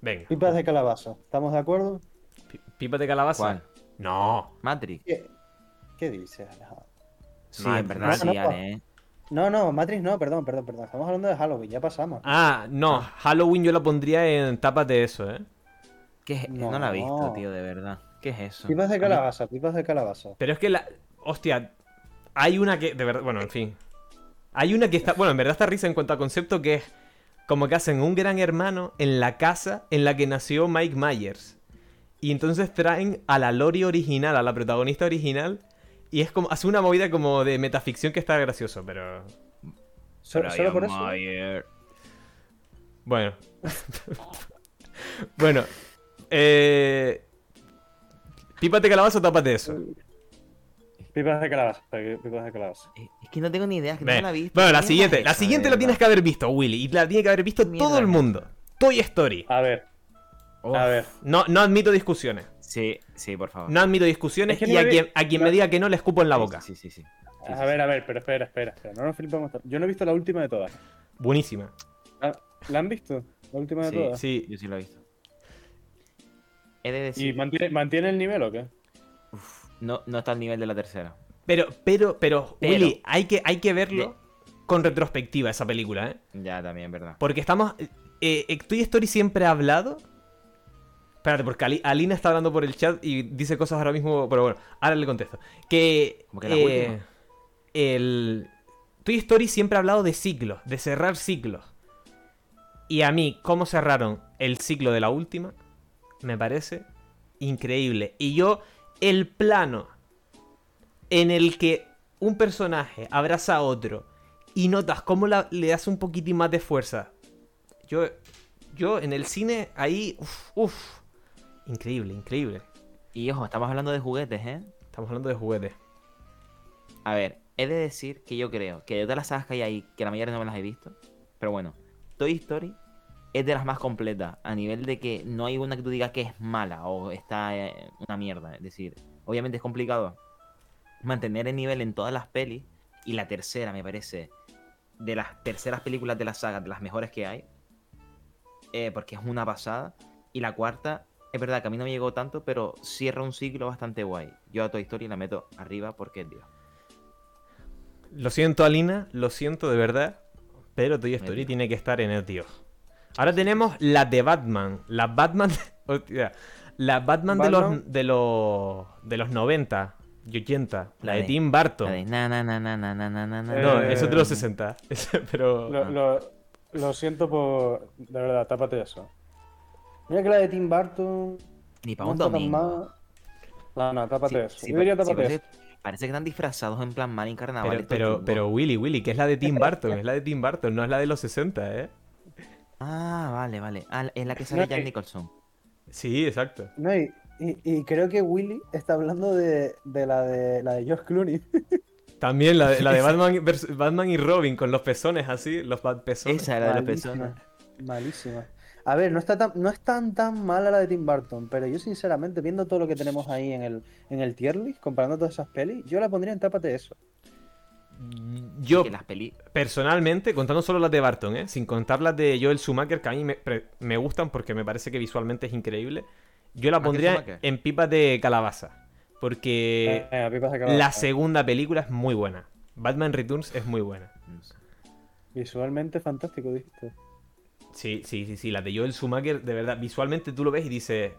A: Venga.
D: pipas de calabaza. ¿Estamos de acuerdo?
A: Pi- ¿Pipa de calabaza?
C: ¿Cuál?
A: No.
C: Matrix.
D: ¿Qué, qué dices, Alejandro?
C: Sí,
A: Matrix.
C: en verdad, sí,
D: No, no,
C: Ale, ¿eh?
D: No, no, Matrix no, perdón, perdón, perdón. Estamos hablando de Halloween, ya pasamos.
A: Ah, no. Halloween yo la pondría en tapas de eso, ¿eh?
C: ¿Qué es- No,
D: No.
C: la he visto, tío, de verdad. ¿Qué es eso?
D: Pipas de
C: A mí-
D: calabaza, pipas de calabaza.
A: Pero es que la. Hostia, hay una que. De verdad, bueno, en fin. Hay una que está. Bueno, en verdad está risa en cuanto a concepto que es como que hacen un gran hermano en la casa en la que nació Mike Myers. Y entonces traen a la Lori original, a la protagonista original. Y es como. Hace una movida como de metaficción que está gracioso, pero.
D: So- solo
C: Brian
D: por eso.
C: Mayer.
A: Bueno. bueno. Eh. Pípate calabazo, tápate eso.
B: Pipas de calabaza, eh, pipas de calabaza.
C: Es es que no tengo ni idea, es que
A: Ve.
C: no la he visto.
A: Bueno,
C: ¿Qué
A: la
C: mierda
A: siguiente,
C: es
A: la
C: eso,
A: siguiente
C: de
A: la tienes
C: verdad?
A: que haber visto, Willy, y la tiene que haber visto
C: Mierda
A: todo el
C: es
A: mundo. Toy Story.
B: A ver,
C: Uf.
B: a ver.
A: No, no admito discusiones.
C: Sí, sí, por favor.
A: Ah. No admito discusiones
B: Es que
A: y
B: no
A: a
B: me-
A: quien, a quien me
B: no-
A: diga que no le escupo en la boca.
C: Sí, sí, sí. sí. Sí, sí,
B: A ver, a ver, pero espera, espera, espera. No nos flipamos tanto. Yo no he visto la última de todas.
A: Buenísima.
B: ¿La, la han visto? La última de
C: Sí,
B: todas.
C: sí,
A: Sí.
C: Yo sí lo he visto. He de
B: ¿Y
C: decir,
B: mantiene, mantiene el nivel o qué?
C: no, no está al nivel de la tercera.
A: Pero, pero, pero,
C: Pero.
A: Willy, hay que, hay que verlo con retrospectiva esa película, ¿eh?
C: Ya, también, verdad.
A: Porque estamos. eh, eh, Toy Story siempre ha hablado. Espérate, porque Ali- Alina está hablando por el chat y dice cosas ahora mismo. Pero bueno, ahora le contesto. Que.
C: Como que la
A: eh,
C: última.
A: El. Toy Story siempre ha hablado de ciclos, de cerrar ciclos. Y a mí, cómo cerraron el ciclo de la última, me parece increíble. Y yo, el plano en el que un personaje abraza a otro y notas cómo la- le das un poquitín más de fuerza. Yo, yo en el cine, ahí, uff, uff. Increíble, increíble.
C: Y ojo, estamos hablando de juguetes, ¿eh?
A: Estamos hablando de juguetes.
C: A ver, he de decir que yo creo que de todas las sagas que hay ahí, que la mayoría no me las he visto, pero bueno, Toy Story es de las más completas, a nivel de que no hay una que tú digas que es mala o está eh, una mierda. Es decir, obviamente es complicado mantener el nivel en todas las pelis, y la tercera me parece de las terceras películas de la saga, de las mejores que hay, eh, porque es una pasada, y la cuarta... Es verdad que a mí no me llegó tanto, pero cierra un ciclo bastante guay. Yo a Toy Story la meto arriba porque es Dios.
A: Lo siento, Alina, lo siento de verdad. Pero Toy Story
C: Mentira.
A: tiene que estar en el tío. Ahora tenemos la de Batman. La Batman. Hostia, la Batman,
D: Batman.
A: de los. de los. de los 90 y 80. La,
C: La
A: de
C: de-
A: Tim Burton.
C: La de na na na na na na na na na.
A: No,
B: Eh,
A: eso de los 60. Pero.
C: Ah.
B: Lo, lo- lo siento por. De verdad, tápate eso.
D: Mira que la de Tim Burton.
C: Ni para
D: No
C: un
D: está tan
C: domingo.
D: mal. No, no,
C: Sí,
D: tápate eso.
C: sí,
B: Yo diría
C: pa- sí,
B: tapateo.
C: parece, parece que están disfrazados en plan mal encarnado.
A: Pero, pero, pero Willy, Willy, que es la de Tim Burton, es la de Tim Burton, no es la de los 60, ¿eh?
C: Ah, vale, vale. Ah, es la que sale
B: No, eh,
C: Jack
B: que-
C: Nicholson.
A: Sí, exacto.
D: No, y, y- y creo que Willy está hablando de, de la de la de George Clooney.
A: También la de, la de Batman, vers- Batman y Robin con los pezones así, los bad pezones.
C: Esa era de la
D: Malísima,
C: persona.
D: Malísima. A ver, no está tan, no es tan tan mala la de Tim Burton, pero yo sinceramente, viendo todo lo que tenemos ahí en el, en el tier list, comparando todas esas pelis, yo la pondría en tápate eso.
A: Mm, Yo,
C: Que las peli...
A: personalmente, contando solo las de Barton, ¿eh? sin contar las de Joel Schumacher, que a mí me, pre- me gustan porque me parece que visualmente es increíble, yo la
C: Michael
A: pondría
C: Ah, Schumacher.
A: en pipas de calabaza. Porque
D: Eh,
B: Venga, pipas de Eh, calabaza.
A: la segunda película es muy buena. Batman Returns es muy buena.
C: no sé.
B: Visualmente fantástico, dijiste.
A: Sí, sí, sí, sí, la de Joel Schumacher, de verdad, visualmente tú lo ves y dices,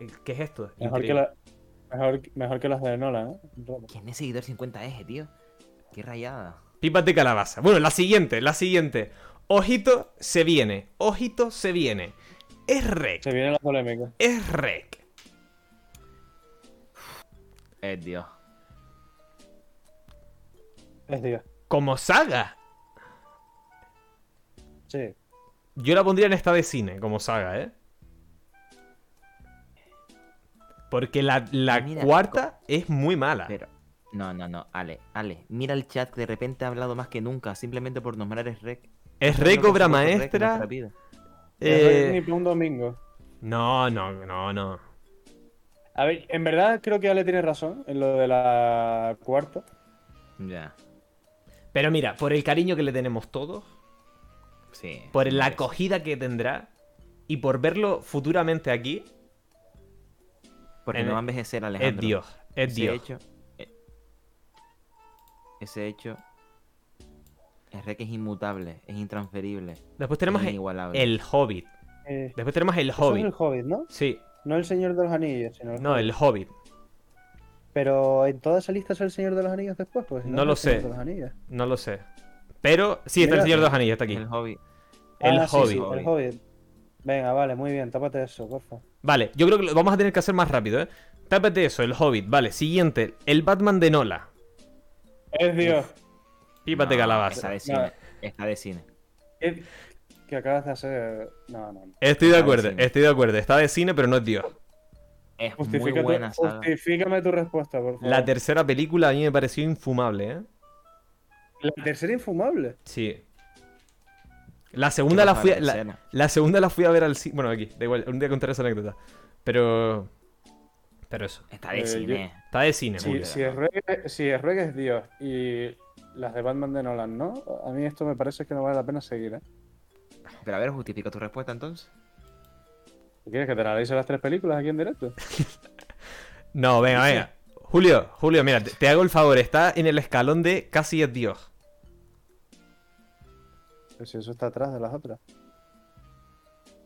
A: "Eh, ¿qué es esto?
B: Mejor que,
A: Increíble.
B: la, mejor, mejor que las de Nolan, ¿eh?
C: ¿Quién es seguidor 50 eje, tío? Qué rayada.
A: Pipas de calabaza. Bueno, la siguiente, la siguiente. Ojito se viene, ojito se viene. Es
B: Se
A: rec,
B: viene la polémica.
A: es rec.
C: Es Dios.
B: Es Dios.
A: Como saga, eh,
B: Sí.
A: yo la pondría en esta de cine, como saga, ¿eh? Porque la, la
C: Mira,
A: cuarta es muy mala.
C: Pero. No, no, no. Ale, Ale. Mira el chat que de repente ha hablado más que nunca, simplemente por nombrar es Rec.
A: es
C: No
A: rec
C: nos
A: obra
C: pasamos por Rec en
A: maestra.
C: nuestra vida.
B: Es
A: eh,
B: Ni para un domingo.
A: No, no, no, no.
B: A ver, en verdad creo que Ale tiene razón en lo de la cuarta.
C: Ya.
A: Pero mira, por el cariño que le tenemos todos,
C: Sí.
A: por la acogida que tendrá y por verlo futuramente aquí,
C: Porque
A: en-
C: no va a envejecer Alejandro.
A: es Dios, es
C: Ese
A: Dios.
C: hecho. e- Ese hecho. Es re que es inmutable, es intransferible,
A: Después tenemos
C: es
A: el,
C: inigualable.
A: Hobbit.
D: Eh,
A: Después tenemos el
D: eso es
A: Hobbit.
D: el Hobbit, ¿no?
A: Sí,
D: No el Señor de los Anillos, sino el
A: no, el Hobbit.
D: Pero en toda esa lista es el Señor de los Anillos después, pues. si
A: No lo
D: es el
A: sé.
D: Señor de los Anillos.
A: No lo sé. Pero sí, está el
D: Mira,
A: Señor de los Anillos, está
C: Es
A: aquí.
C: el hobby.
A: El
D: Ah, sí, sí,
A: Hobbit.
D: el Hobbit. Venga, vale, muy bien, tápate eso, porfa.
A: Vale, yo creo que lo vamos a tener que hacer más rápido, ¿eh? Tápate eso, el Hobbit. Vale, siguiente, el Batman de Nola.
B: Es Dios.
A: Pípate
C: No,
A: calabaza.
C: Está de
B: No.
C: cine. Está de cine.
B: Es- Que acabas de hacer. No, no. no.
A: Estoy de
C: Está de
A: acuerdo,
C: cine.
A: estoy de acuerdo. Está de cine, pero no es Dios.
C: Es muy
B: Justifícate-
C: buena saga.
B: justifícame tu respuesta, por favor.
A: La tercera película a mí me pareció infumable, ¿eh?
B: La tercera infumable.
A: Sí. La segunda la
C: pasa
A: fui
C: la
A: a, la,
C: tercera?
A: la segunda la fui a ver al cine. Bueno, aquí, da igual, un día contaré esa anécdota. Pero. Pero eso.
C: Está de
B: Eh, yo-
C: cine.
A: Está de cine,
B: Si,
A: muy
B: si, es reggae, si es reggae es Dios y las de Batman de Nolan, ¿no? A mí esto me parece que no vale la pena seguir, ¿eh?
C: Pero a ver, justifica tu respuesta entonces.
B: ¿Quieres que te analice las tres películas aquí en directo?
A: No, venga, venga. Julio, Julio, mira, te, te hago el favor. Está en el escalón de casi es Dios.
B: Pero si eso está atrás de las otras.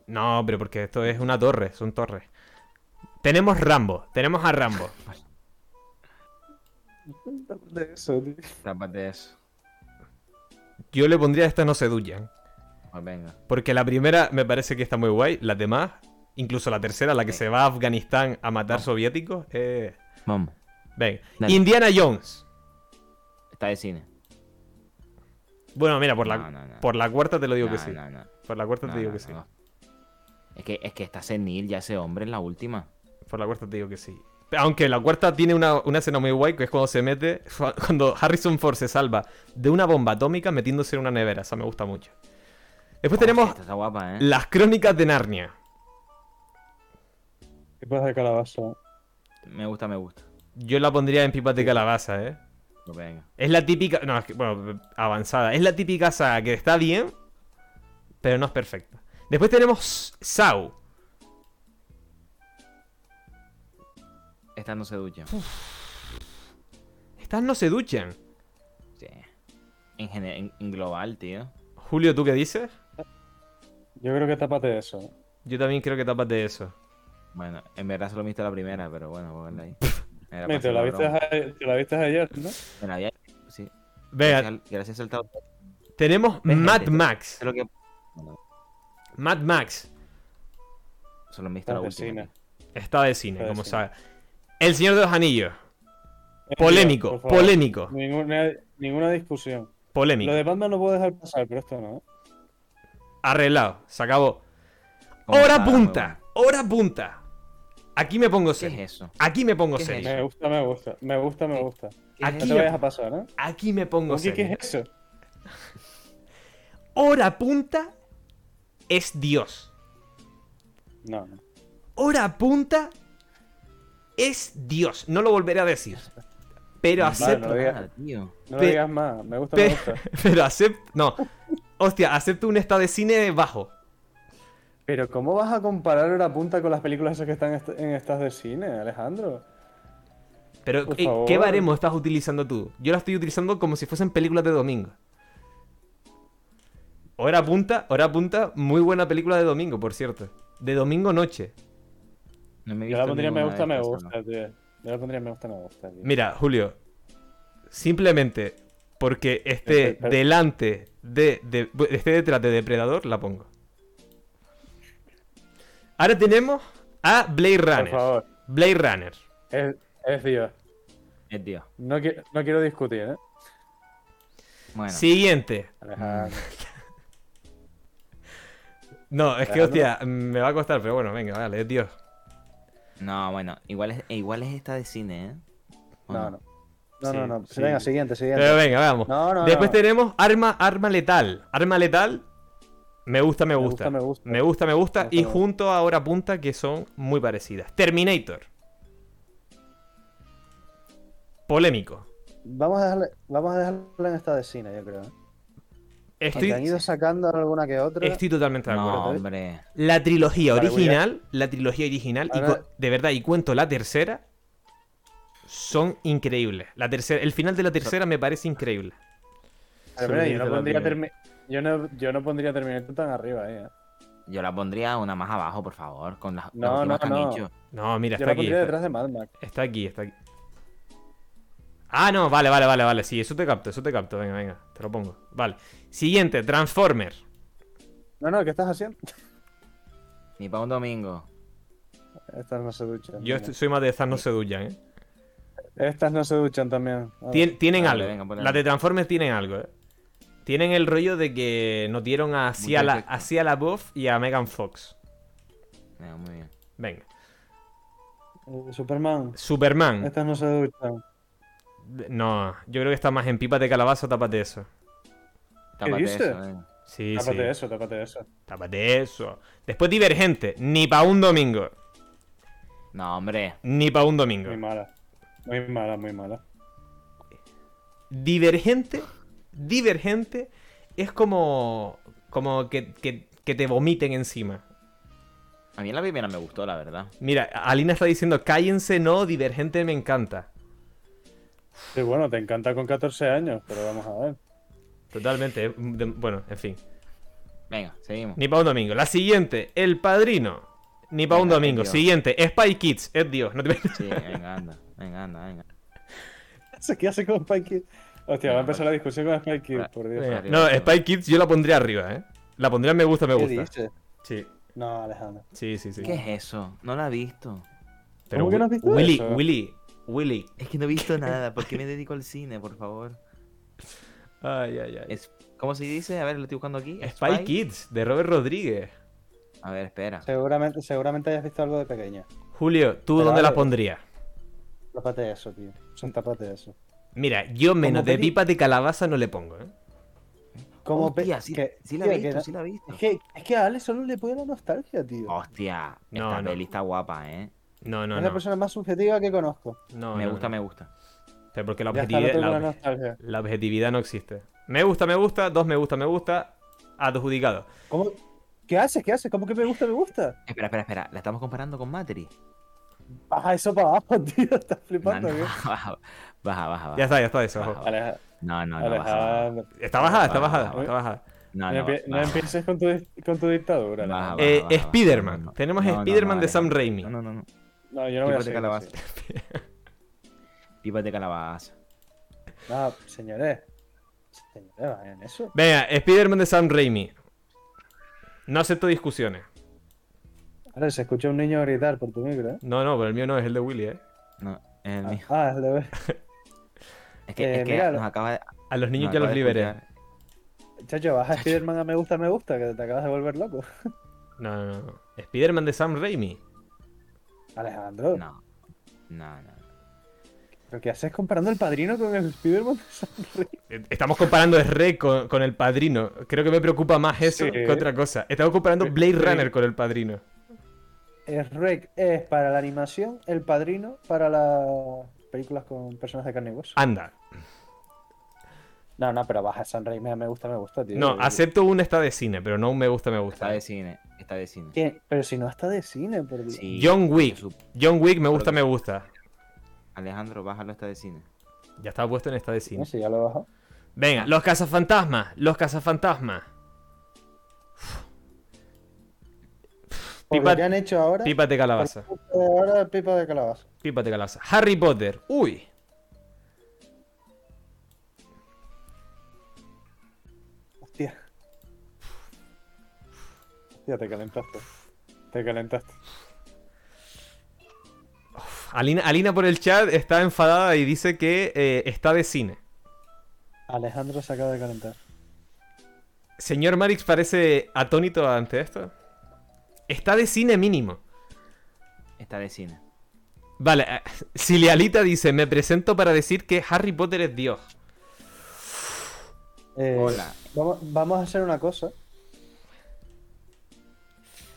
A: No, pero porque esto es una torre, son torres. Tenemos Rambo, tenemos a Rambo.
B: De eso, tío.
C: Trápate de eso.
A: Yo le pondría esta no se duyan.
C: Pues venga.
A: Porque la primera me parece que está muy guay, las demás, incluso la tercera, la que se va a Afganistán a matar soviéticos, eh.
C: Vamos.
A: Venga.
C: Dale.
A: Indiana Jones.
C: Está de cine.
A: Bueno, mira, por la,
C: No, no, no.
A: Por la cuarta te lo digo
C: No,
A: que sí.
C: no, no.
A: Por la cuarta
C: No,
A: te digo
C: no,
A: que sí.
C: no. Es que, es que está senil ya ese hombre en la última.
A: Por la cuarta te digo que sí. Aunque la cuarta tiene una, una escena muy guay, que es cuando se mete, cuando Harrison Ford se salva de una bomba atómica metiéndose en una nevera. Esa me gusta mucho. Después Pues tenemos
C: Esta está guapa, ¿eh?
A: las crónicas de Narnia.
B: ¿Qué pasa de calabaza?
C: Me gusta, me gusta.
A: Yo la pondría en pipas de calabaza, ¿eh?
C: Pues venga.
A: Es la típica. No, es que, bueno, avanzada. Es la típica saga que está bien, pero no es perfecta. Después tenemos Sau.
C: Esta no se ducha.
A: Estas no se duchan.
C: Sí. En, gene- en- en global, tío.
A: Julio, ¿tú qué dices?
B: Yo creo que tápate de eso.
A: Yo también creo que tapas de eso.
C: Bueno, en verdad solo he visto la primera, pero bueno, voy a verla ahí.
B: Mira,
C: Era para
B: te,
C: hacer
B: la
C: una
B: viste
C: broma.
B: ayer, te la viste ayer, ¿no?
C: Me la había- Sí.
A: Venga,
C: Gracias al- Gracias al traductor,
A: tenemos
C: Ve, gente,
A: Mad
C: te-
A: Max.
C: sé lo que...
A: Mad Max
C: Solo he visto la
B: Estás de
C: última.
B: cine.
C: tío.
A: está de cine,
B: Está de
A: como
B: cine.
A: sabe. El Señor de los Anillos.
B: Es
A: Polémico,
B: Dios, por favor.
A: polémico,
B: Ninguna, ninguna discusión.
A: polémico.
B: Lo de Batman no puedo dejar pasar, pero esto no. ¿eh?
A: Arreglado, se acabó.
C: Como
A: Hora
C: nada,
A: punta, hora punta. Aquí me pongo
C: huevón. ¿Qué
A: serio.
C: es eso?
A: Aquí me pongo
C: ¿Qué es
A: serio.
B: Me gusta, me gusta. Me gusta, me gusta.
C: ¿Qué es
A: Aquí-
B: No
C: eso?
B: te vayas a pasar, ¿eh?
A: Aquí me pongo
B: Oki, ¿Qué
A: serio.
B: es eso?
A: Hora punta es Dios.
B: No, no.
A: Hora punta es Dios. No lo volveré a decir. Pero
B: Vale,
A: acepto.
B: no lo digas.
C: Nada, tío.
B: No
A: Pe-
B: digas más. Me gusta, me
A: Pe-
B: gusta.
A: Pero acepto. No. Hostia, acepto un estado de cine bajo.
B: Pero ¿cómo vas a comparar Hora Punta con las películas esas que están est- en estas de cine, Alejandro?
A: Pero,
B: Por
A: ¿qué,
B: favor.
A: qué baremo estás utilizando tú? Yo la estoy utilizando como si fuesen películas de domingo. Hora punta, hora punta, muy buena película de domingo, por cierto. De domingo noche.
C: No me he
B: Yo
C: visto
B: la pondría me
C: ninguna
B: gusta,
C: de
B: me
C: estas,
B: gusta, tío. Yo la pondría me gusta, me gusta, tío.
A: Mira, Julio, simplemente porque esté
B: Pe- pe-
A: delante de, de- bu- esté detrás de Depredador, la pongo. Ahora tenemos a Blade
B: Por
A: Runner.
B: favor,
A: Blade Runner.
B: es, es Dios.
C: ¿no? Es Dios.
B: No, qui- no quiero discutir, ¿eh?
C: Bueno.
A: Siguiente.
B: Alejandro.
A: No, es que hostia, me va a costar, pero bueno, venga, vale, es Dios.
C: No, bueno. Igual es, e igual es esta de cine, ¿eh? ¿O
D: No, no. No,
A: Sí,
D: no, no.
A: sí.
D: Venga, siguiente, siguiente.
A: Pero venga, vamos.
D: No, no,
A: Después
D: no.
A: tenemos arma, arma letal. Arma letal Me gusta, me
B: Me
A: gusta.
B: gusta, me gusta.
A: Me gusta, me gusta.
B: Me gusta,
A: y
B: me gusta.
A: junto a Hora Punta, que son muy parecidas. Terminator. Polémico.
D: Vamos a dejarle, vamos a dejarla en esta de cine, yo creo. ¿eh? Aunque han
A: Estoy,
D: ido sacando alguna que otra.
A: estoy totalmente de acuerdo.
C: No, hombre.
A: La trilogía
D: Vale,
A: original, la trilogía original, y
D: Ahora-
A: cu- de verdad, y cuento la tercera, son increíbles. La tercera, el final de la tercera me parece increíble.
B: Pero mira, yo, no
C: Sobre
B: pondría
C: la
B: termi- yo, no, yo no pondría Terminator tan arriba ahí, ¿eh?
C: Yo la pondría una más abajo, por favor, con las
B: No,
C: últimas
B: no,
C: que han
B: no.
C: hecho.
A: No, mira,
B: Yo
A: está
B: la
A: aquí.
B: pondría
A: Está,
B: detrás de Mad Max.
A: está aquí, está aquí. Ah, no, vale, vale, vale, vale. Sí, eso te capto, eso te capto. Venga, venga, te lo pongo. Vale. Siguiente, Transformer.
B: No, no, ¿qué estás haciendo?
C: Ni para un domingo.
B: Estas no se duchan.
A: Yo
B: venga.
A: estoy- soy más de esas, no se duyan, ¿eh?
B: Estas no se duchan también. A ver.
A: Tien- tienen
C: Vale,
A: algo.
C: venga, ponle
A: Las
C: algo.
A: de Transformers tienen algo, ¿eh? Tienen el rollo de que nos dieron a Sia la,
C: efecto.
A: a Sia LaBeouf y a Megan Fox.
C: Venga, muy bien.
A: Venga.
B: Eh, Superman.
A: Superman.
B: Estas no se duchan.
A: No, yo creo que está más en pipa de calabaza, tápate eso.
C: Tápate
B: dices?
C: eso, venga.
A: Sí,
B: Tápate
A: sí.
B: eso, tápate eso.
A: Tápate eso. Después Divergente. Ni pa' un domingo.
C: No, hombre.
A: Ni pa' un domingo.
B: Muy mala. Muy mala, muy mala.
A: Divergente. Divergente. Es como. Como que, que- que te vomiten encima.
C: A mí la primera me gustó, la verdad.
A: Mira, Alina está diciendo, cállense, no, Divergente me encanta.
B: Sí, bueno, te encanta con 14 años, pero vamos a ver.
A: Totalmente. eh, de- bueno, en fin.
C: Venga, seguimos.
A: Ni pa' un domingo. La siguiente, El Padrino. Ni pa' un
C: Venga,
A: domingo.
C: Dios.
A: Siguiente, Spy Kids. Es Dios. No te...
C: Sí, venga, anda. Venga, anda, venga.
B: ¿Qué hace con Spike Kids? Hostia, va a empezar la discusión con Spike Kids, por Dios.
A: Venga,
C: arriba,
A: No,
C: arriba.
A: Spy Kids yo la pondría arriba, ¿eh? La pondría en me gusta, me
D: ¿Qué
A: gusta.
D: dices?
A: Sí,
D: No, Alejandro.
A: sí, sí. sí.
C: ¿Qué es eso? No la he visto.
A: Pero
B: ¿Cómo que no has
A: Wi-
B: visto
A: Willy,
B: eso?
A: Willy, Willy.
C: Es que no he visto nada. ¿Por qué me dedico al cine, por favor?
A: Ay, ay, ay.
C: Es- ¿Cómo se dice? A ver, lo estoy buscando aquí.
A: Spy, Kids, de Robert Rodríguez.
C: A ver, espera.
D: Seguramente, seguramente hayas visto algo de pequeña.
A: Julio, ¿tú
D: Pero
A: dónde la
D: vale.
A: pondrías?
D: Tápate eso, tío. Son tápate eso.
A: Mira, yo menos de
D: peli?
A: pipa de calabaza no le pongo, ¿eh?
D: Como pe-
C: Hostia, sí,
D: que-
C: sí la
D: tío,
C: he
D: que
C: visto,
D: no-
C: sí la he visto.
D: Es que, es que a Ale solo le puede la nostalgia, tío.
C: Hostia,
A: No,
C: esta
A: no.
C: peli está guapa, ¿eh?
A: Oh, No, no,
D: es la
A: no.
D: persona más subjetiva que conozco.
A: No,
C: me
A: no,
C: gusta,
A: no.
C: me gusta.
A: Pero porque la
B: Ya está, no
A: objetividad,
B: tengo
A: la,
B: la nostalgia.
A: la objetividad no existe. Me gusta, me gusta, dos me gusta, me gusta, adjudicado.
D: ¿Cómo? ¿Qué haces? ¿Qué haces? ¿Cómo que me gusta? ¿Me gusta?
C: Espera, espera, espera. ¿La estamos comparando con Materi?
D: Baja eso para abajo, tío. Estás flipando,
C: no,
D: ¿qué?
C: baja, baja, baja, baja.
A: Ya está, ya está eso.
C: Baja,
A: ojo.
C: baja.
B: Aleja-
C: Ah, No, no, no, baja.
D: ah,
B: Alejandro.
A: Está bajada, está
C: Baja,
A: bajada,
C: baja.
A: está bajada.
C: No,
B: No,
C: Ah, no,
B: empie- no
C: baja.
B: empieces con tu, di- con tu dictadura.
C: Baja,
B: Alejandro.
C: baja,
A: Eh,
C: baja, baja.
A: Spiderman.
C: No, no.
A: Tenemos
C: No, no,
A: Spiderman
C: no,
A: de Sam
C: Alejandro.
A: Raimi.
C: No, no, no. no.
B: No, yo no voy a
C: Pipas de
B: seguir
C: calabaza.
B: así.
C: Pipas de calabaza.
D: No, señores. Señores, vayan eso.
A: Venga, Spider-Man de Sam Raimi. No acepto discusiones.
D: Ahora se escucha un niño gritar por tu micro, ¿eh?
A: No, no, pero el mío no es el de Willy, ¿eh?
C: No, es el mío.
D: Ah, es de...
C: Es que,
D: eh,
C: es que
D: míralo.
C: nos acaba de.
A: A los niños
C: nos
A: ya los
C: acaba de
A: liberé.
C: escuchar.
D: Chacho, baja Spiderman a me gusta, me gusta, que te acabas de volver loco.
A: No, no, no. Spider-Man de Sam Raimi.
D: Alejandro,
C: No. No, no.
D: ¿pero qué haces comparando el padrino con el Spiderman de San Raimi?
A: Eh, Estamos comparando el Rey con, con el padrino. Creo que me preocupa más eso
B: Sí.
A: que otra cosa. Estamos comparando Blade
B: Sí.
A: Runner con el padrino.
D: El Rec es para la animación, el padrino para las películas con personas de carne y hueso.
A: Anda.
D: No, no, pero baja San Raimi a me gusta, me gusta, tío.
A: No, acepto un está de cine, pero no un me gusta, me
C: Está
A: gusta.
C: de cine. Está de cine.
D: ¿Qué? Pero si no está de cine, por Dios.
C: Sí,
A: John Wick.
C: su-
A: John Wick, me gusta, me gusta.
C: Alejandro, bájalo, está de cine.
A: Ya estaba puesto en está de cine.
D: No sé, ya lo he bajado.
A: Venga, los cazafantasmas, los cazafantasmas.
D: Por
A: Pipa-
D: lo que han hecho ahora,
A: Pipa de calabaza,
D: por lo que ahora pipa de calabaza.
A: pipa de calabaza. Harry Potter, uy.
D: Hostia.
B: Ya te calentaste. Te calentaste.
A: Alina, Alina por el chat está enfadada y dice que eh, está de cine.
D: Alejandro se acaba de calentar.
A: Señor Marix parece atónito ante esto. Está de cine mínimo.
C: Está de cine.
A: Vale, eh, Cilialita dice, me presento para decir que Harry Potter es Dios.
D: Eh,
C: Hola.
D: Vamos, vamos a hacer una cosa.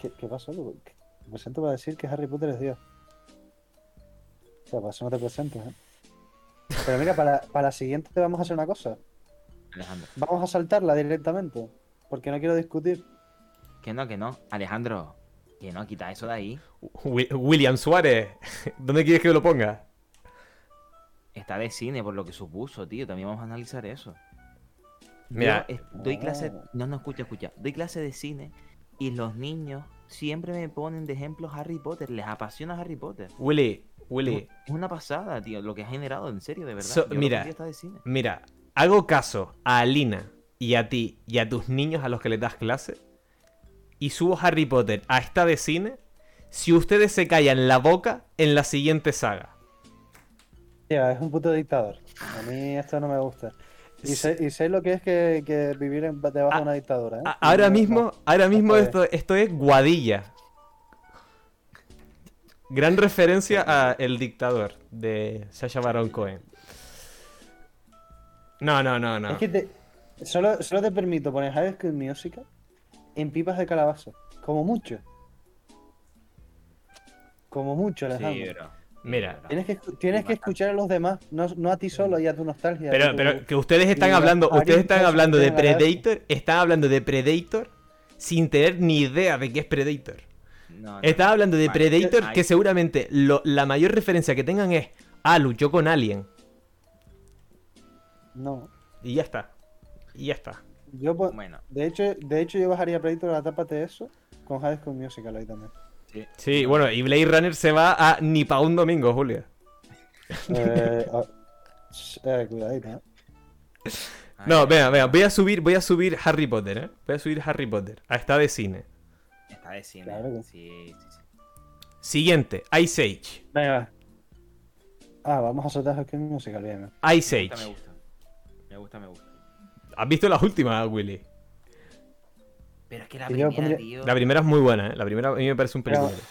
D: ¿Qué, qué pasó, Lugo? ¿Qué- Te presento para decir que Harry Potter es Dios. O sea, para eso no te presentes, ¿eh? Pero mira, para, para la siguiente vamos a hacer una cosa.
C: Alejandro.
D: Vamos a saltarla directamente. Porque no quiero discutir.
C: Que no, que no. Alejandro, que no, quita eso de ahí.
A: Wi- William Suárez, ¿dónde quieres que lo ponga?
C: Está de cine por lo que supuso, tío. También vamos a analizar eso.
A: Mira,
C: Yo, eh, doy clase,
D: Ah.
C: no, no, escucha, escucha. Doy clase de cine y los niños siempre me ponen de ejemplo Harry Potter. Les apasiona Harry Potter.
A: Willy, Willy,
C: Es una pasada, tío, lo que has generado, en serio, de verdad.
A: So-
C: Yo creo
A: mira.
C: que está de cine.
A: mira, hago caso a Alina y a ti y a tus niños a los que les das clase y subo Harry Potter a esta de cine si ustedes se callan la boca en la siguiente saga.
D: Tía, es un puto dictador. A mí esto no me gusta. Y
A: S-
D: sé, y sé lo que es que, que vivir en- debajo
A: Ah,
D: de una dictadura, ¿eh?
A: A- ahora
D: No,
A: mismo, ahora mismo
D: puede.
A: esto, esto es Guadilla. Gran referencia a El Dictador de Sasha Baron Cohen. No, no, no,
D: no.
A: no.
D: Es que te- solo, solo te permito poner High School Musical en pipas de calabaza. Como mucho. Como mucho, Alejandro.
A: Mira,
D: Tienes que, escu- tienes que escuchar a los demás, no, no a ti solo y a tu nostalgia.
A: Pero,
D: a tu-
A: pero que ustedes están
D: Mira,
A: hablando,
D: aquí
A: ustedes
D: estás
A: están hablando de
D: metiendo la cabeza.
A: Predator, están hablando de Predator sin tener ni idea de qué es Predator.
C: No, no.
A: Están hablando de
C: Vale.
A: Predator
C: Ahí.
A: que seguramente lo- la mayor referencia que tengan es, ah, luchó con Alien.
D: No.
A: Y ya está. Y ya está.
D: Yo, po-
C: Bueno,
D: de, hecho, de hecho, yo bajaría Predator a tápate eso con High School Musical ahí también.
A: Sí, bueno, y Blade Runner se va a ni pa' un domingo, Julia.
D: Eh, ah, sh- eh, cuidadito, ¿eh?
C: Ah,
A: No, vea, vea, voy a subir, voy a subir Harry Potter, ¿eh? Voy a subir Harry Potter a esta de cine.
C: está de cine.
D: Claro que-
C: Sí, sí, sí.
A: Siguiente, Ice Age.
D: Venga. Ah, vamos a soltar High School Musical, bien. eh. bien.
A: Ice
C: Me
A: Age.
C: gusta, me gusta. Me gusta, me gusta.
A: ¿Has visto las últimas, Willy?
C: Pero es que la
D: Y yo
C: primera,
D: pondría-
C: tío.
A: La primera es muy buena, ¿eh? La primera a mí me parece un
D: Pero-
A: película.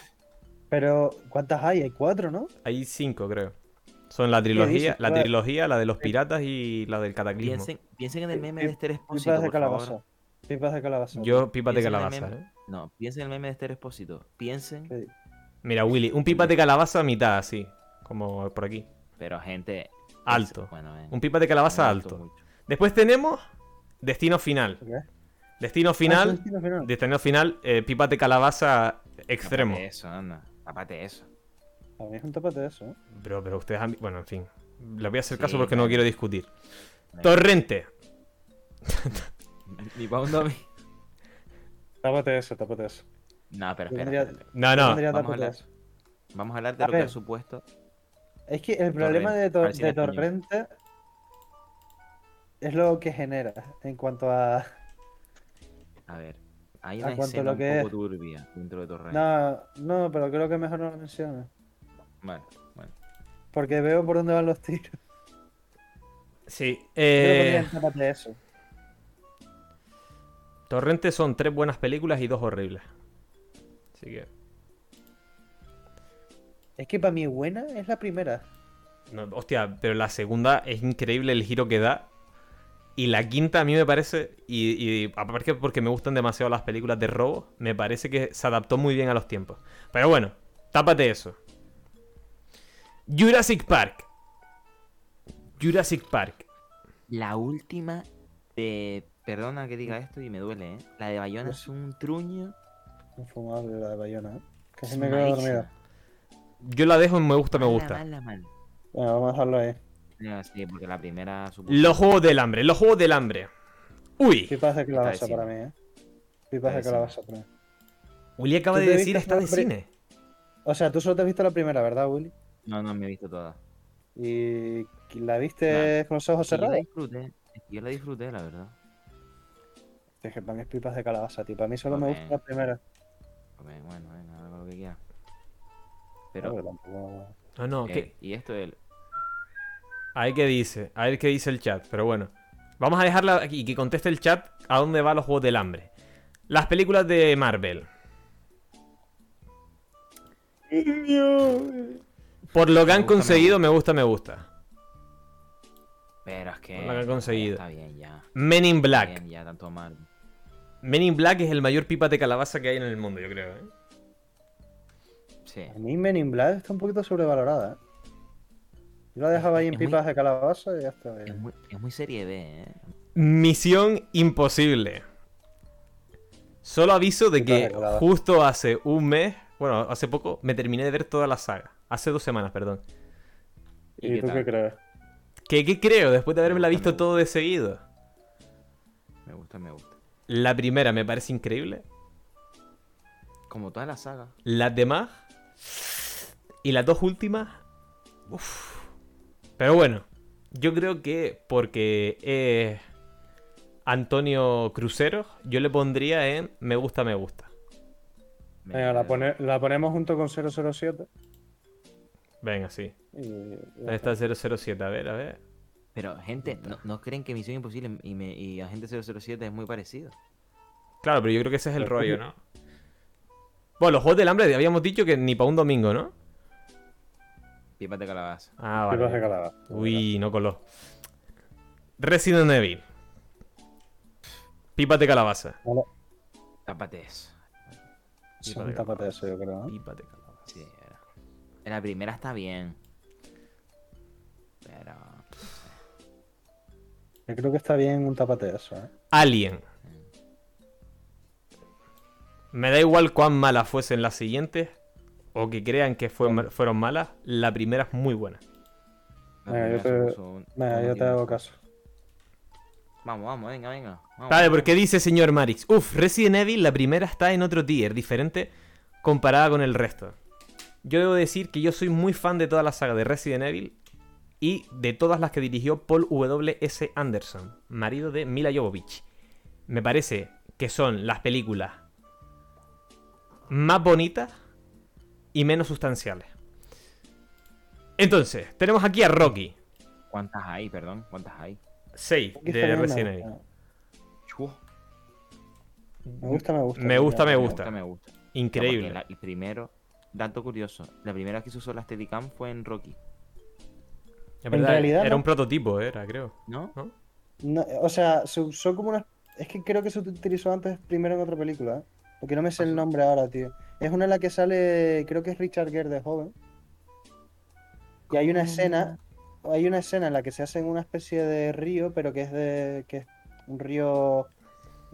D: Pero, ¿cuántas hay? Hay cuatro, ¿no?
A: Hay cinco, creo. Son la
D: dices?
A: trilogía, la
D: Claro.
A: trilogía, la de los piratas y la del cataclismo.
C: Piensen, piensen en el meme
D: Pi-
C: de Esther Espósito,
D: Pipas de
C: por favor.
D: calabaza. Pipas de calabaza.
A: Yo, pipas de
C: Piensen en el
A: calabaza,
C: meme.
A: ¿eh?
C: No, piensen en el meme de Esther Espósito. Piensen,
D: Sí.
A: Mira, Willy, un pipas de calabaza a mitad, así. Como por aquí.
C: pero gente...
A: Alto.
C: Bueno, ven,
A: Un pipas de calabaza
C: me
A: alto.
C: mucho.
A: Después tenemos Destino Final.
D: ¿Qué?
A: Destino
D: Ah, sí,
A: Final,
D: destino final.
A: Destino Final, eh, pipas de calabaza extremo.
C: Tápate eso, anda. Aparte eso.
D: Para mí es un tapate eso, ¿eh?
A: Pero, pero ustedes han... Bueno, en fin. Les voy a hacer caso
C: Sí,
A: porque no
C: claro.
A: quiero discutir.
C: Venga.
A: Torrente.
C: Ni pa' un domingo.
B: Tápate eso, tápate eso.
C: No, pero
D: Yo
C: espera,
D: pondría-
C: espera, espera.
A: No,
D: Yo
A: no.
D: pondría
C: vamos a
D: tapate
C: hablar.
D: eso.
C: Vamos a hablar de
D: A
C: lo que
D: ver.
C: ha supuesto.
D: Es que el problema
C: Torrente,
D: de, Tor-
C: a ver si
D: de
C: en español.
D: Torrente es lo que genera en cuanto a.
C: A ver, hay
D: ¿A
C: una
D: cuánto
C: escena
D: lo
C: un
D: que
C: poco
D: es?
C: turbia dentro de Torrente.
D: No, no, pero creo que mejor no lo menciones.
C: Vale, bueno.
D: Porque veo por dónde van los tiros.
A: Sí.
D: Yo lo
A: eh,
D: pondría en tapate eso.
A: Torrente son tres buenas películas y dos horribles. Así que...
D: Es que para mí buena es la primera.
A: no, hostia, pero la segunda es increíble el giro que da. Y la quinta a mí me parece, y, y aparte porque me gustan demasiado las películas de robo, me parece que se adaptó muy bien a los tiempos. Pero bueno, tápate eso. Jurassic Park. Jurassic Park.
C: La última de. Perdona que diga esto y me duele, ¿eh? La de Bayona es un truño.
D: Infumable la de Bayona, ¿eh? Casi
C: es
D: me quedo
C: malísima.
D: dormido.
A: Yo la dejo en me gusta, me
C: Mala,
A: gusta.
C: mala, mala.
D: Bueno, vamos a dejarlo ahí.
C: No, sí, porque la primera supuso-
A: Los juegos del hambre, los juegos del hambre. Uy,
D: Pipas de calabaza
C: encima.
D: para mí, ¿eh? Pipas de
C: encima.
D: calabaza para mí.
A: Willy acaba
D: ¿Tú
A: de
D: te
A: decir
D: viste
A: está de
D: Hambre?
A: cine.
D: O sea, tú solo te has visto la primera, ¿verdad, Willy?
C: No, no me he visto toda.
D: Y la viste
C: Vale.
D: con los ojos
C: Es que Yo la
D: cerrados.
C: disfruté, es que yo la disfruté, la verdad.
D: Es que para mí es pipas de calabaza, tío. Para mí solo me
C: Ok.
D: gusta la primera.
C: Hombre, Bueno, venga, haga lo que quiera.
D: No,
C: Pero.
D: pero tampoco-
A: No, Ah, no,
C: eh,
A: ¿qué?
C: y esto del.
A: A ver qué dice, a ver qué dice el chat, pero bueno. Vamos a dejarla aquí y que conteste el chat a dónde van los juegos del hambre. Las películas de Marvel. Por lo que
C: Me
A: han
C: gusta, me
A: conseguido, me gusta, me gusta.
C: Pero es que.
A: Por la que ha conseguido.
C: Está bien, ya.
A: Men in
C: está
A: Black.
C: bien, ya, tanto mal.
A: Men in Black es el mayor pipa de calabaza que hay en el mundo, yo creo. ¿eh?
C: Sí.
D: A mí Men in Black está un poquito sobrevalorada. ¿eh? Yo la dejaba ahí en
C: Es muy-
D: pipas de calabaza y ya está.
C: Es muy, es muy serie B, ¿eh?
A: Misión imposible. Solo aviso de
D: Puta
A: que
D: recordada.
A: justo hace un mes, bueno, hace poco, me terminé de ver toda la saga. Hace dos semanas, perdón.
B: ¿Y, tú qué crees?
A: ¿Qué, qué creo después de haberme la
C: Me
A: visto
C: gusta, me
A: todo de seguido?
C: Me gusta, me gusta.
A: La primera me parece increíble.
C: Como toda la saga.
A: Las demás. Y las dos últimas. Uf. Pero bueno, yo creo que porque es Antonio Cruceros, yo le pondría en me gusta, me gusta.
C: Me
B: Venga, la,
C: parece.
B: pone- la ponemos junto con 007.
A: Venga, sí.
B: Y, y ya
A: ¿Dónde está el 007? A ver, a ver.
C: Pero, gente, ¿no, no creen que Misión Imposible y, me- y Agente 007 es muy parecido?
A: Claro, pero yo creo que ese es el
B: Pero,
A: rollo, ¿no? Bueno, los juegos del hambre habíamos dicho que ni para un domingo, ¿no?
C: Pipas de calabaza.
A: Ah,
B: pipas de
A: vale.
B: calabaza.
A: Uy, no coló. Resident Evil. Pipas de calabaza.
D: Vale,
C: Tápate eso.
A: pipas de
D: son tapas de eso, yo creo. ¿no?
A: Pipas de calabaza.
C: Sí, era. En la primera está bien. Pero.
D: Yo creo que está bien un tapate de eso, ¿eh?
A: Alien. Me da igual cuán malas fuesen las siguientes o que crean que fue- fueron malas, la primera es muy buena.
C: la
B: Venga, yo
C: primera se
B: te-
C: puso un-
D: Venga,
C: un
D: yo te
C: motivo.
D: hago caso.
C: Vamos, vamos, venga, venga. vamos.
A: Vale, porque dice señor Marix, uff, Resident Evil la primera está en otro tier, diferente comparada con el resto. Yo debo decir que yo soy muy fan de toda la saga de Resident Evil y de todas las que dirigió Paul W.S. Anderson, marido de Mila Jovovich. Me parece que son las películas más bonitas y menos sustanciales. Entonces, tenemos aquí a Rocky,
C: ¿Cuántas hay, perdón? ¿Cuántas hay?
A: 6
D: Aquí está
A: de
D: bien, me
A: Resident Evil.
D: gusta.
C: Chuj,
D: Me gusta, me gusta.
A: Me gusta, me
C: me
A: gusta.
C: gusta, me gusta. No,
A: Increíble.
C: porque la- el primero, dato curioso, la primera que se usó la Steadicam fue en Rocky,
A: En
D: En
A: verdad,
D: realidad,
A: era
D: no.
A: un prototipo, era, creo.
C: ¿no?
A: ¿no?
D: No, o sea, se usó como una. Es que creo que se utilizó antes primero en otra película, ¿eh? Porque no me sé el nombre ahora, tío. Es una en la que sale. Creo que es Richard Gere de joven. Y hay una escena. Hay una escena en la que se hace en una especie de río, pero que es de. que es un río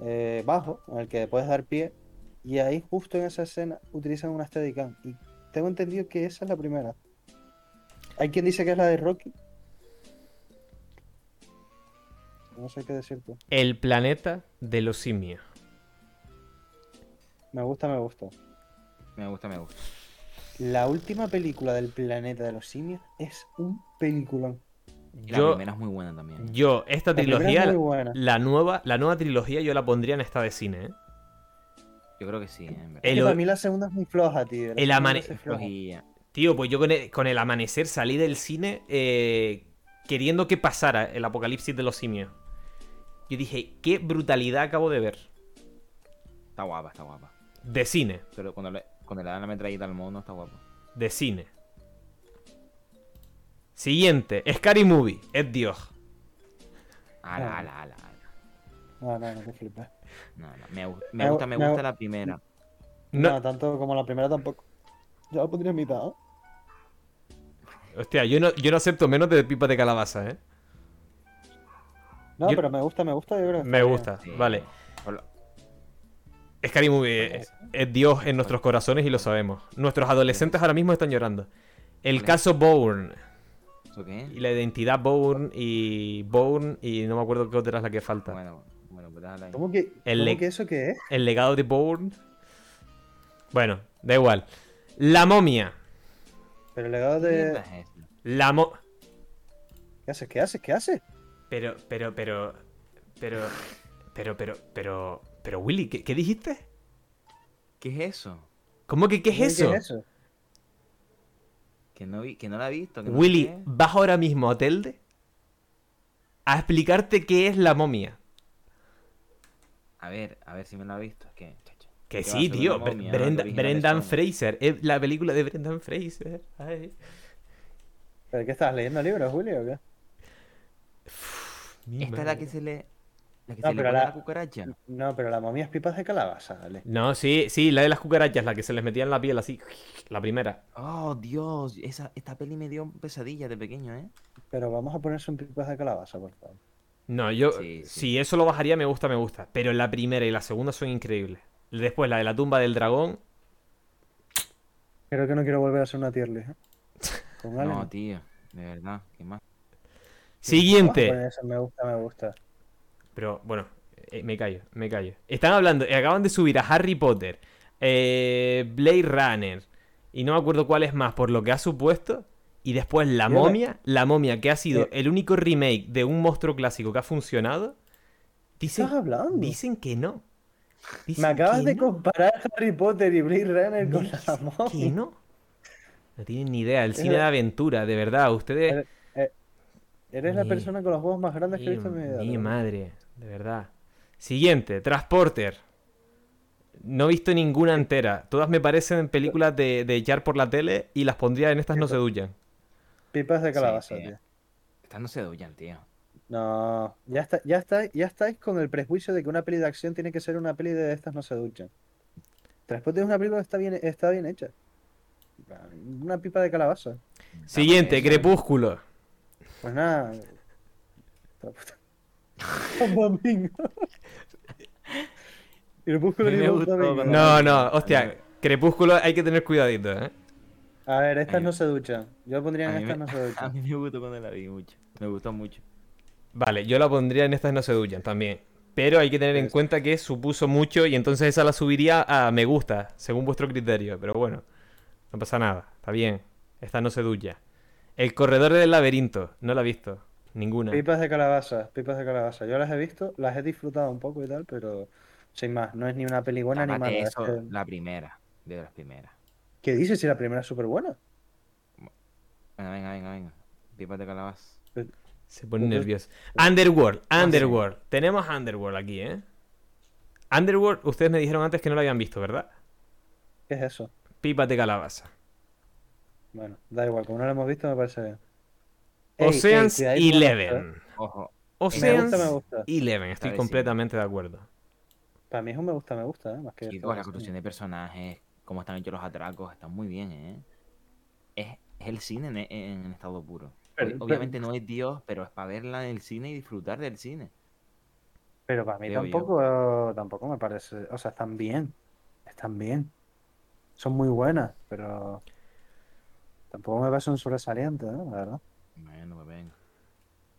D: eh, bajo, en el que puedes dar pie. Y ahí, justo en esa escena, utilizan una Steadicam. Y tengo entendido que esa es la primera. Hay quien dice que es la de Rocky. No sé qué decir tú.
A: El planeta de los simios.
D: Me gusta, me gusta.
C: Me gusta, me gusta.
D: La última película del planeta de los simios es un peliculón.
C: Y la
A: Yo, Mm.
C: primera es muy buena también.
A: yo, esta
D: La primera
A: trilogía,
D: es
A: la,
D: muy buena.
A: nueva, la nueva trilogía yo la pondría en esta de cine, ¿eh?
C: Yo creo que sí, en verdad.
A: El
D: Es que
A: o-
D: para mí la segunda es muy floja, tío. La
A: el
D: segunda
A: amane-
D: es floja.
C: Trilogía.
A: Tío, pues yo con el, con el amanecer salí del cine eh, queriendo que pasara el apocalipsis de los simios. Yo dije, qué brutalidad acabo de ver.
C: Está guapa, está guapa.
A: De cine,
C: Pero cuando le, cuando le dan la metralleta al mono, está guapo.
A: de cine. Siguiente, Scary Movie, es Dios.
C: Ala,
D: Ah.
C: ala, ala, ala.
D: No, no, no, te flipas.
C: No, no, Me, gu- me
D: Me-
C: gusta, me
D: me-
C: gusta la
A: Mm.
C: primera.
D: No.
A: No,
D: tanto como la primera tampoco. Yo la pondría en mitad, ¿eh?
A: hostia, yo no, yo no acepto menos de pipa de calabaza, ¿eh?
D: No,
A: Yo-
D: pero me gusta, me gusta, yo creo que
A: Me
D: está bien.
A: gusta,
C: Sí.
A: vale.
C: Por lo-
A: Scary Movie es, eh, es Dios en nuestros corazones y lo sabemos. Nuestros adolescentes ahora mismo están llorando. El
C: Vale.
A: caso Bourne
C: ¿Eso
A: y
C: qué?
A: la identidad Bourne y Bourne y no me acuerdo qué otra es la que falta.
C: Bueno, bueno, pues déjala ahí.
D: ¿Cómo que,
A: El
D: cómo
A: le-
D: que eso qué es?
A: El legado de Bourne. Bueno, da igual. La momia.
D: Pero el legado
C: ¿Qué mierda
D: de.
C: es esta?
A: La mo
D: ¿Qué haces? ¿Qué haces? ¿Qué haces?
A: pero pero pero pero pero pero pero pero Willy, ¿qué, qué dijiste?
C: ¿Qué es eso?
A: ¿Cómo que qué es
D: ¿Qué
A: eso?
C: Que no, vi, que no la he visto. que no sé
A: Willy,
C: qué es.
A: vas ahora mismo a Telde a explicarte qué es la momia.
C: A ver, a ver si me la he visto. Es que, chacho,
A: Que
C: va
A: sí,
C: sobre
A: tío.
C: una
A: Bre-
C: momia,
A: Brenda-
C: original de
A: Brendan
C: Sony.
A: Fraser. Es la película de Brendan Fraser. Ay,
D: ¿Pero qué estás leyendo libros, Julio? o qué?
A: mi
C: Esta es la
A: madre.
C: que se le. La que
D: No,
C: se le
D: pero
C: pone
D: la- Mm.
C: la cucaracha.
D: No, pero la momia es pipas de calabaza, ¿vale?
A: No, sí, sí, la de las cucarachas, la que se les metía en la piel así. La primera.
C: Oh, Dios, esa, esta peli me dio pesadilla de pequeño, ¿eh?
D: Pero vamos a ponerse un pipas de calabaza, por favor.
A: No, yo.
C: Sí, sí.
A: Si eso lo bajaría, me gusta, me gusta. Pero la primera y la segunda son increíbles. Después, la de la tumba del dragón.
D: Creo que no quiero volver a hacer una tier list, ¿eh? Con Alien.
C: No, tío, de verdad, qué más.
A: Siguiente.
D: Vamos a poner eso, me gusta, me gusta.
A: Pero bueno, eh, me callo, me callo. Están hablando, eh, acaban de subir a Harry Potter, eh, Blade Runner, y no me acuerdo cuál es más, por lo que ha supuesto. Y después La
D: Yo la-
A: Momia, La Momia, que ha sido
D: Yo-
A: el único remake de un monstruo clásico que ha funcionado. Dicen,
D: estás hablando?
A: dicen que no. Dicen
D: Me acabas
A: que
D: de
A: no,
D: comparar Harry Potter y Blade Runner con
A: dicen
D: la
A: que
D: momia.
A: no. No tienen ni idea, el
D: Es
A: cine de
D: la-
A: aventura, de verdad, ustedes...
D: Pero- Eres la
A: Ni-
D: persona con los juegos más grandes que he visto en mi vida.
A: Mi
D: ¿no?
A: madre, de verdad. Siguiente, Transporter. No he visto ninguna entera. Todas me parecen películas de, de echar por la tele y las pondría en estas no se duchan.
D: Pipas de calabaza,
C: Sí,
D: tío.
C: tío. Estas no se duyan, tío.
D: No, ya está, ya está, ya estáis con el prejuicio de que una peli de acción tiene que ser una peli de estas no se duchan. Transporte es una película que está bien, está bien hecha. Una pipa de calabaza.
A: Siguiente,
C: Eso.
A: Crepúsculo.
D: Pues nada. Puta puta. Un domingo. Y el búsculo
C: A mí
D: ni
C: me
D: un
C: gustó
D: domingo.
C: cuando-
A: No, no, hostia. Crepúsculo hay que tener cuidadito, ¿eh?
D: A ver, estas
C: Ahí.
D: no se duchan. Yo pondría
C: Eh, A
D: en
C: mí, me,
D: estas no se
C: a
D: duchan.
C: mí me gustó cuando la vi mucho. Me gustó mucho.
A: Vale, yo la pondría en estas no se duchan también. Pero hay que tener en
D: Pues-
A: cuenta que supuso mucho y entonces esa la subiría a me gusta, según vuestro criterio. Pero bueno, no pasa nada, está bien. Esta no se ducha. El corredor del laberinto, no la he visto. Ninguna.
D: Pipas de calabaza, pipas de calabaza. Yo las he visto, las he disfrutado un poco y tal, pero sin más. No es ni una peli buena este. ni
C: Tápate
D: mala. es
C: eso,
D: que-
C: la primera, de las primeras.
D: ¿Qué dices si la primera es súper buena?
C: Venga, venga, venga, venga. Pipas de calabaza.
A: Se pone
D: Entonces-
A: nervioso.
D: Ah,
A: Underworld, Underworld. Tenemos Underworld aquí, ¿eh? Underworld, ustedes me dijeron antes que no la habían visto, ¿verdad?
D: ¿Qué es eso?
A: Pipas de calabaza.
D: Bueno, da igual, como no lo hemos visto, me parece bien. Ey, ey,
A: Oceans
D: cuidadito con esto, ¿eh?
A: Eleven.
C: Ojo,
D: Me gusta, me
A: Oceans
D: gusta.
A: Eleven,
C: Está
A: estoy
C: bien, sí.
A: completamente de acuerdo.
D: Para mí es un me gusta, me gusta, ¿eh? Más que.
C: chicos, la construcción de personajes, cómo están hechos los atracos, están muy bien, ¿eh? Es, es el cine en, en- en estado puro.
D: Pero-
C: Ob-
D: pero-
C: Obviamente no es Dios, pero es para verla en el cine y disfrutar del cine.
D: Pero para mí
C: Creo yo.
D: tampoco, tampoco me parece. O sea, están bien. Están bien. Son muy buenas, pero. Tampoco me parece un sobresaliente, ¿eh? La verdad.
C: Bueno, pues venga.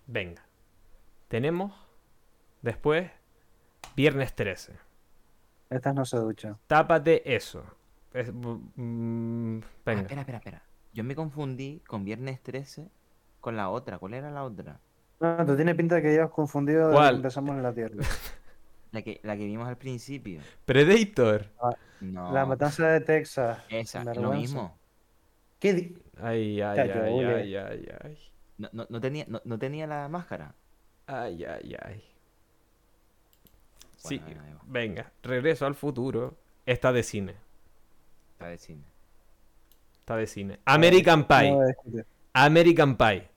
A: Venga. Tenemos después viernes 13.
D: Estas no se duchan.
A: Tápate eso. Es- mm,
C: Ah,
A: venga.
C: espera, espera, espera. Yo me confundí con Viernes 13 con la otra. ¿Cuál era la otra?
D: No, tú tienes pinta de que llevas confundido desde
A: ¿Cuál?
D: que empezamos en la Tierra.
C: La que, la que vimos al principio.
A: Predator.
C: No.
D: La matanza de Texas.
C: Esa, lo
D: Vergüenza.
C: mismo.
D: ¿Qué di-
A: Ay, ay,
D: Chacho,
A: ay,
D: ole.
A: ay, ay, ay.
C: No, no- no tenía, no, no tenía la máscara.
A: Ay, ay, ay. Sí,
C: Bueno, venga,
A: venga. Regreso al futuro. Está de cine.
C: Está de cine.
A: Está de cine. American Pie.
D: No, es que-
A: American Pie.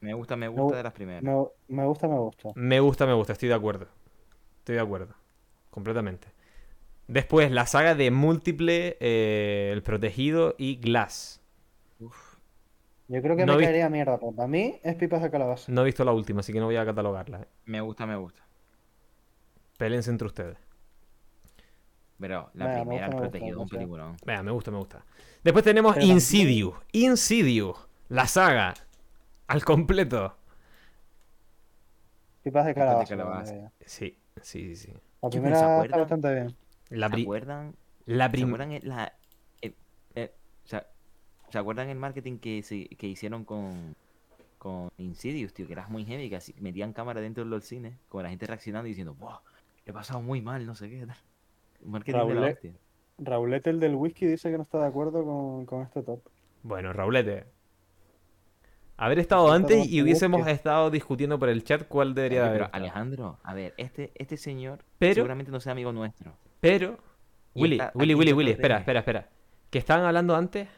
C: Me gusta, me gusta
D: No,
C: de las primeras.
D: me, me gusta, me gusta.
A: Me gusta, me gusta. Estoy de acuerdo. Estoy de acuerdo. Completamente. Después, la saga de Múltiple, eh, El Protegido y Glass.
D: Yo creo que
A: No
D: me
A: vi-
D: caería mierda, pero para mí es pipas de calabaza.
A: No he visto la última, así que no voy a catalogarla. ¿eh?
C: Me gusta, me gusta.
A: Pelense entre ustedes.
C: Pero la
D: Venga, me
C: primera,
D: gusta, me
C: el
D: gusta,
C: protegido,
D: me
C: un
D: gusta.
C: peliculón.
A: Vea, me gusta, me gusta. Después tenemos
D: Pero también-
A: Insidious. Insidious. La saga. Al completo.
D: Pipas de
C: Pipas de
D: calabaza.
C: calabaza.
D: me caería.
A: Sí, sí, sí. sí.
D: La
C: ¿Quién
D: primera
C: se
D: está
C: acuerda?
D: bastante bien.
A: La,
C: ¿Se
A: pri-
C: acuerdan?
A: la
C: ¿Se
A: prim-
C: acuerdan el, la, el- el- o sea, ¿se acuerdan el marketing que, se- que hicieron con, con Insidious, tío? Que era muy heavy, que así, metían cámara dentro de los cines, con la gente reaccionando y diciendo, wow, he pasado muy mal, no sé qué tal. Un Marketing de
B: Raúl,
C: la
B: eh.
C: hostia.
D: Raulete, el del whisky, dice que no está de acuerdo con, con este top.
A: Bueno, Raulete. Haber estado
D: Nosotros
A: antes
D: vamos
A: y
D: a
A: hubiésemos
D: buscar.
A: estado discutiendo por el chat cuál debería
C: Oye,
A: de haber.
C: pero
A: estado.
C: Alejandro, a ver, este, este señor
A: Pero-
C: seguramente no sea amigo nuestro.
A: Pero,
C: Y
A: Willy,
C: está
A: Willy,
C: aquí
A: Willy,
C: otro
A: Willy, espera,
C: DM.
A: espera, espera. Que estaban hablando antes.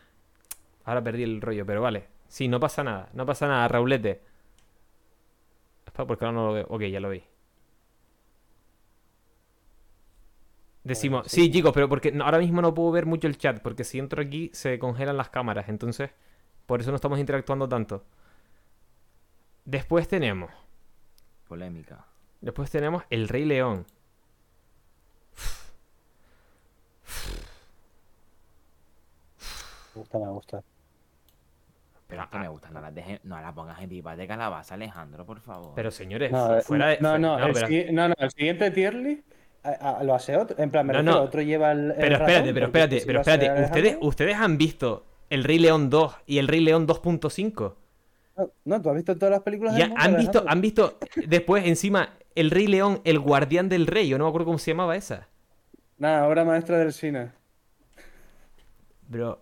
A: Ahora perdí el rollo, pero vale. Sí, no pasa nada, no pasa nada, Raulete. Espera, porque ahora no lo veo. Ok, ya lo vi. Decimos, sí, chicos, pero porque no- ahora mismo no puedo ver mucho el chat, porque si entro aquí se congelan las cámaras, entonces por eso no estamos interactuando tanto. Después tenemos,
C: Polémica.
A: después tenemos El Rey León.
B: Me gusta, me gusta.
C: Pero es que me gustan, no las, deje- no las pongas en pipa de calabaza, Alejandro, por favor.
A: Pero señores,
B: No,
A: fu-
B: eh,
A: fuera de...
B: no,
A: fu-
B: no, el,
A: pero,
B: sigui- no, no, el siguiente tier list a- a- lo hace otro. En plan, me
A: No,
B: refiero,
A: no.
D: Otro lleva el. el
A: pero espérate,
D: ratón,
A: pero
D: porque
A: espérate,
D: si
A: pero
D: lo hace
A: espérate,
D: Alejandro-
A: ¿ustedes, ustedes han visto El Rey León 2 y El Rey León 2.5?
D: No, No, tú has visto todas las películas del
A: Ya,
D: mundo,
A: ¿han, visto,
D: Alejandro?
A: han visto después encima El Rey León, El Guardián del Rey, yo no me acuerdo cómo se llamaba esa.
B: Nada, obra maestra del cine.
A: Bro,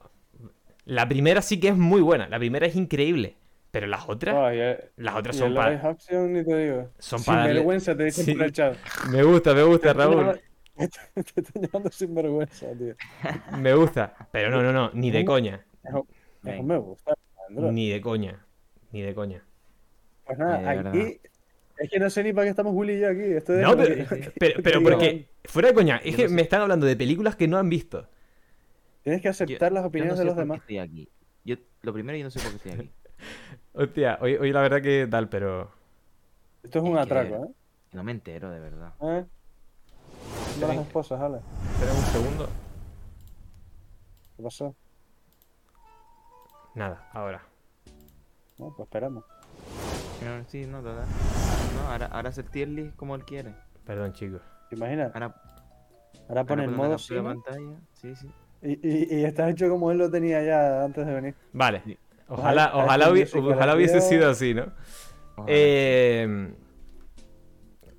A: la primera sí que es muy buena, la primera es increíble, pero las otras,
B: Buah, y el-
A: ¿Eh? las otras
B: y
A: son
B: el
A: para...
B: live action, ni te digo.
A: son
B: sin
A: pa' darle-
B: vergüenza, te dicen
A: Sí.
B: por el chat.
A: Me gusta, me gusta, Raúl,
B: te están llamando sin vergüenza, tío.
A: me gusta, pero no, no, no, ni
D: Uh.
A: de coña,
B: No
C: Ven.
B: me gusta, Alejandro.
A: ni de coña, ni de coña.
B: Pues
C: Ni
B: nada,
C: de
B: aquí.
C: verdad.
B: Es que no sé ni para qué estamos Willy y yo aquí. Esto es
A: No,
B: lo
A: pero,
B: que-
A: pero, pero
B: Digo,
A: porque, fuera de coña, es
C: Yo
A: que
C: no sé.
A: me están hablando de películas que no han visto.
B: Tienes que aceptar las
C: Yo no
B: opiniones
C: sé
B: de los
C: por qué
B: demás.
C: estoy aquí. Yo, lo primero, yo no sé por qué estoy aquí.
A: Hostia, hoy, hoy la verdad que tal, pero...
B: Esto es
C: Es
B: un
C: que-
B: atraco, ¿eh?
C: No me entero, de verdad.
B: ¿Eh? De las esposas, Ale.
A: Espera un segundo.
B: ¿Qué pasó?
A: Nada, ahora.
B: No, pues esperamos.
C: No, Sí, no, total. No, ahora, ahora hace el tier list como él quiere.
A: Perdón, chicos.
B: ¿Te imaginas?
C: Ahora,
B: Ahora pone
C: ahora
B: el
C: ponen
B: modo
C: la prueba
B: cine
C: de pantalla. Sí, sí.
B: y, y, y estás hecho como él lo tenía ya antes de venir.
A: Vale.
C: Sí.
A: Ojalá,
B: Vale,
A: ojalá,
B: High
A: hubi-
B: School Musical
A: ojalá hubiese
B: tío.
A: sido así, ¿no?
C: Ojalá.
A: Eh,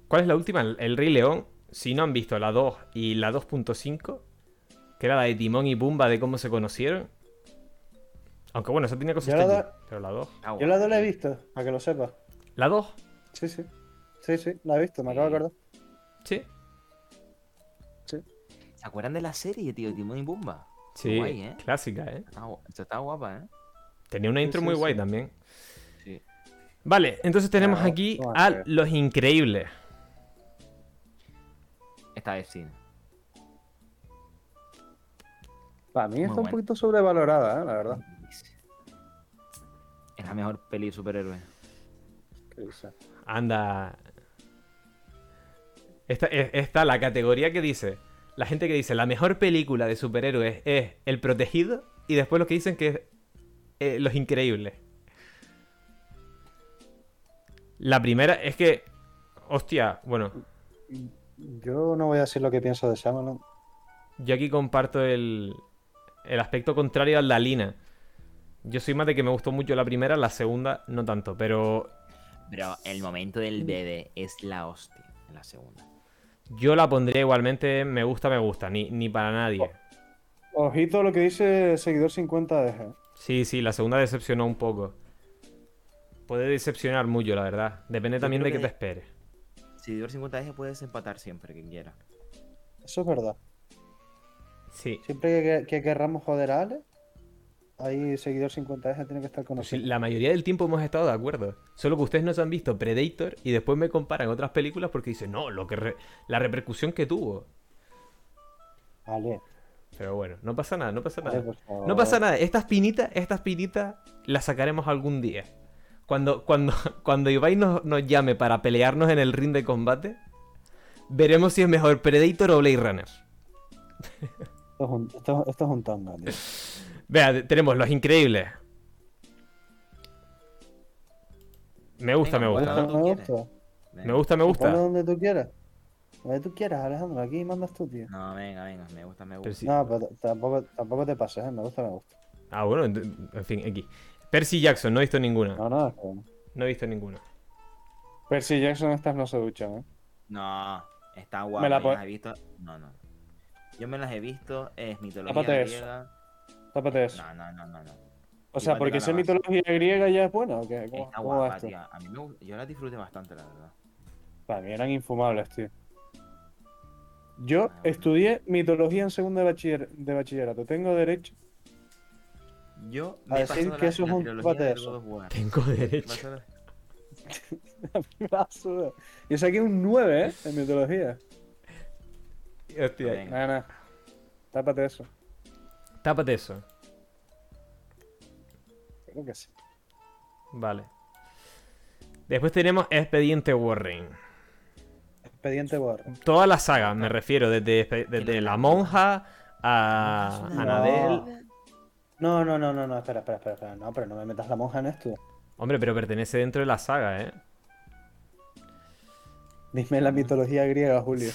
A: ¿Cuál es la última? El- El Rey León. Si no han visto la 2 y la 2.5, que era la de Timón y Pumba de cómo se conocieron. Aunque bueno, eso tenía cosas
B: Yo la
A: chungas,
B: dos-
A: Pero la 2.
C: Ah,
B: Yo
C: bueno.
B: la dos la he visto, para que lo sepas.
A: ¿La 2?
B: Sí, sí. Sí, sí, la he visto, me acabo de acordar.
A: Sí.
C: ¿Se acuerdan de la serie, tío? Timón y Pumba.
A: Sí,
C: Guay, ¿eh?
A: clásica, ¿eh?
C: Está gu- Esta está guapa, ¿eh?
A: Tenía una intro
B: sí,
A: muy guay
B: sí.
A: también.
C: Sí.
A: Vale, entonces tenemos
B: Claro,
A: aquí
B: no,
A: a
B: creo.
A: Los Increíbles.
C: Esta es cine.
B: Para mí
C: Muy
B: está un
C: buena.
B: poquito sobrevalorada, ¿eh? la verdad.
C: Es la mejor peli de superhéroes.
B: ¿Qué dices?
A: Anda. Esta, e- esta, la categoría que dice. La gente que dice la mejor película de superhéroes es El Protegido. Y después los que dicen que es eh, Los Increíbles. La primera es que. Hostia, bueno,
B: Yo no voy a decir lo que pienso de Shyamalan.
A: yo aquí comparto el, el aspecto contrario a la Lina. Yo soy más de que me gustó mucho la primera, la segunda no tanto, pero
C: Pero el momento del
B: Mm.
C: bebé es la hostia en la segunda.
A: yo la pondría igualmente me gusta, me gusta, ni, ni para nadie.
B: Ojito lo que dice seguidor 50 de G.
A: Sí, sí, la segunda decepcionó un poco. Puede decepcionar mucho, la verdad. Depende
C: Yo
A: también de
C: creo
A: qué te
C: que-
A: esperes.
C: Si dio 50 veces puedes empatar siempre que quiera.
D: Eso es verdad.
A: Sí.
D: Siempre que, que querramos joder a Ale, ahí seguidor 50 veces tiene que estar con
A: Pues sí,
D: nosotros.
A: La mayoría del tiempo hemos estado de acuerdo. Solo que ustedes nos han visto Predator y después me comparan otras películas porque dicen, no, lo que re- la repercusión que tuvo.
D: Ale,
A: Pero bueno, no pasa nada, no pasa
D: Ale,
A: nada.
D: por favor.
A: No pasa nada. Esta espinita, esta espinita la sacaremos algún día. Cuando, cuando, cuando Ibai nos, nos llame para pelearnos en el ring de combate, veremos si es mejor Predator o Blade Runner.
D: Esto es un, esto, esto es un tonga, tío.
A: Vea, te- tenemos Los Increíbles. Me gusta,
C: Venga,
A: me
C: bueno.
A: gusta.
C: donde
D: No
C: tú
D: me
C: quieras.
D: gusta.
A: Me gusta, me
D: Ponlo
A: gusta.
D: donde tú quieras. Donde tú quieras, Alejandro. Aquí mandas tú, tío.
C: No, venga, venga, me gusta, me gusta.
A: Pero sí.
D: No, pero t- tampoco, tampoco te pases, ¿eh? Me gusta, me gusta.
A: Ah, bueno, ent- en fin, X. Percy Jackson, no he visto ninguna.
D: No, no, es que-
A: No he visto ninguna.
B: Percy Jackson estas no se duchan, ¿eh?
C: No, está guapa.
B: Me la
C: yo
B: pon-
C: las he visto. No, no. Yo me las he visto, es mitología
B: Tápate eso.
C: griega.
B: Tápate eso.
C: No, no, no, no, no.
B: o sea,
C: igual te
B: porque esa
C: ganabas.
B: mitología griega ya es buena o qué? ¿Cómo,
C: Está
B: cómo va
C: guapa,
B: esto?
C: tía. A mí me gu- yo las disfruté bastante, la verdad.
B: Para mí eran infumables, tío. Yo
C: Ah, bueno.
B: estudié mitología en segundo de, bachiller- de bachillerato. Tengo derecho.
C: Yo
D: A
C: me he
D: decir
C: pasado
D: que
C: la-
D: eso es
C: la
D: un
C: trilogía
D: tápate
C: del
D: eso.
C: God of War.
A: Tengo
C: Me he
A: derecho.
C: pasado-
B: Brazo. Yo saqué un 9, ¿eh? En mitología.
A: Hostia.
C: Venga.
B: Nada, nada. Tápate eso.
A: Tápate eso.
B: Creo que sí.
A: Vale. Después tenemos Expediente Warren.
D: Expediente Warren.
A: Todas las sagas, me refiero, desde, Expe- desde La Monja a
D: No.
A: Anadel.
D: No, no, no, no, no, espera, espera, espera, espera. No, pero no me metas la monja en esto.
A: Hombre, pero pertenece dentro de la saga, ¿eh?
D: Dime la mitología griega, Julio.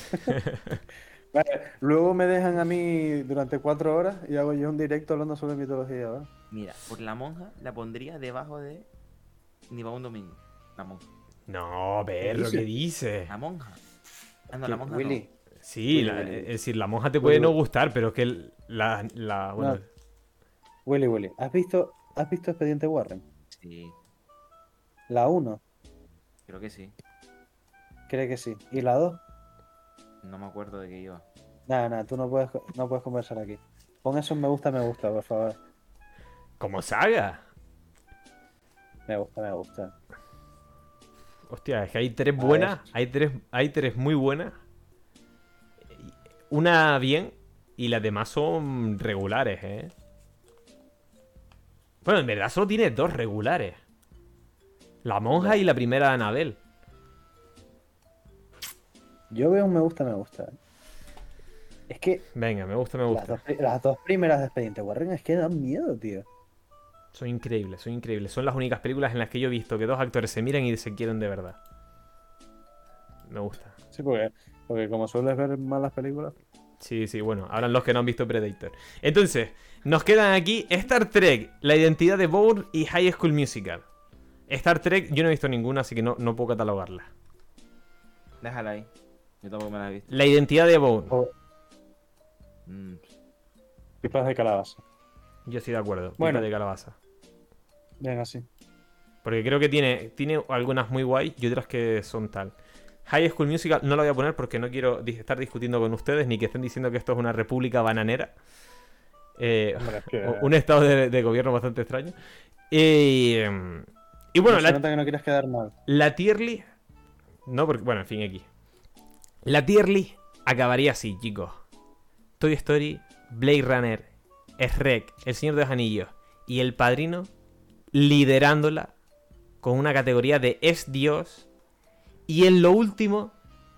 B: Vale, luego me dejan a mí durante cuatro horas y hago yo un directo hablando sobre mitología, ¿vale?
C: Mira, por la monja la pondría debajo de Ni pa' un domingo. La monja.
A: No, perro, ¿qué dices?
C: La monja. Ah, no, la monja. no.
D: Willy,
A: Sí,
D: Willy,
A: la-
D: Willy.
A: es decir, la monja te puede no gustar, pero es que el- la... la bueno,
D: No. Willy, Willy. ¿Has visto, has visto Expediente Warren?
C: Sí,
D: La 1,
C: creo que sí.
D: cree que sí. ¿Y la 2?
C: No me acuerdo de qué iba.
D: Nada, nada, tú no puedes, no puedes conversar aquí. Pon eso en me gusta, me gusta, por favor.
A: como saga.
D: Me gusta, me gusta.
A: Hostia, es que hay tres buenas, hay tres, hay tres muy buenas. Una bien y las demás son regulares, ¿eh? Bueno, en verdad solo tiene dos regulares. La monja y la primera de Anabel.
D: Yo veo un me gusta, me gusta. Es que
A: Venga, me gusta, me
D: las
A: gusta.
D: dos, pri- las dos primeras de Expediente Warren es que dan miedo, tío.
A: Son increíbles, son increíbles. Son las únicas películas en las que yo he visto que dos actores se miran y se quieren de verdad. Me gusta.
B: Sí, porque, porque como sueles ver malas películas.
A: Sí, sí, bueno, hablan los que no han visto Predator. Entonces, nos quedan aquí Star Trek, La identidad de Bourne y High School Musical. Star Trek yo no he visto ninguna, así que no, no puedo catalogarla.
C: Déjala ahí. Yo tampoco me la he visto.
A: La identidad de Bourne,
C: Mm,
B: Pipas de calabaza.
A: yo estoy de acuerdo. Bueno,
B: Bueno.
A: de calabaza.
B: Venga, sí.
A: Porque creo que tiene, tiene algunas muy guay y otras que son tal. High School Musical no la voy a poner porque no quiero di- estar discutiendo con ustedes ni que estén diciendo que esto es una república bananera. Eh,
B: Hombre, es que-
A: o- un estado de, de gobierno bastante extraño. Y, em, y bueno,
D: se
A: la,
D: nota que no quieres quedar mal.
A: La tier list- No, porque. Bueno, en fin, X. La tier list acabaría así, chicos. Toy Story, Blade Runner, Shrek, El Señor de los Anillos y El Padrino liderándola con una categoría de es Dios. Y en lo último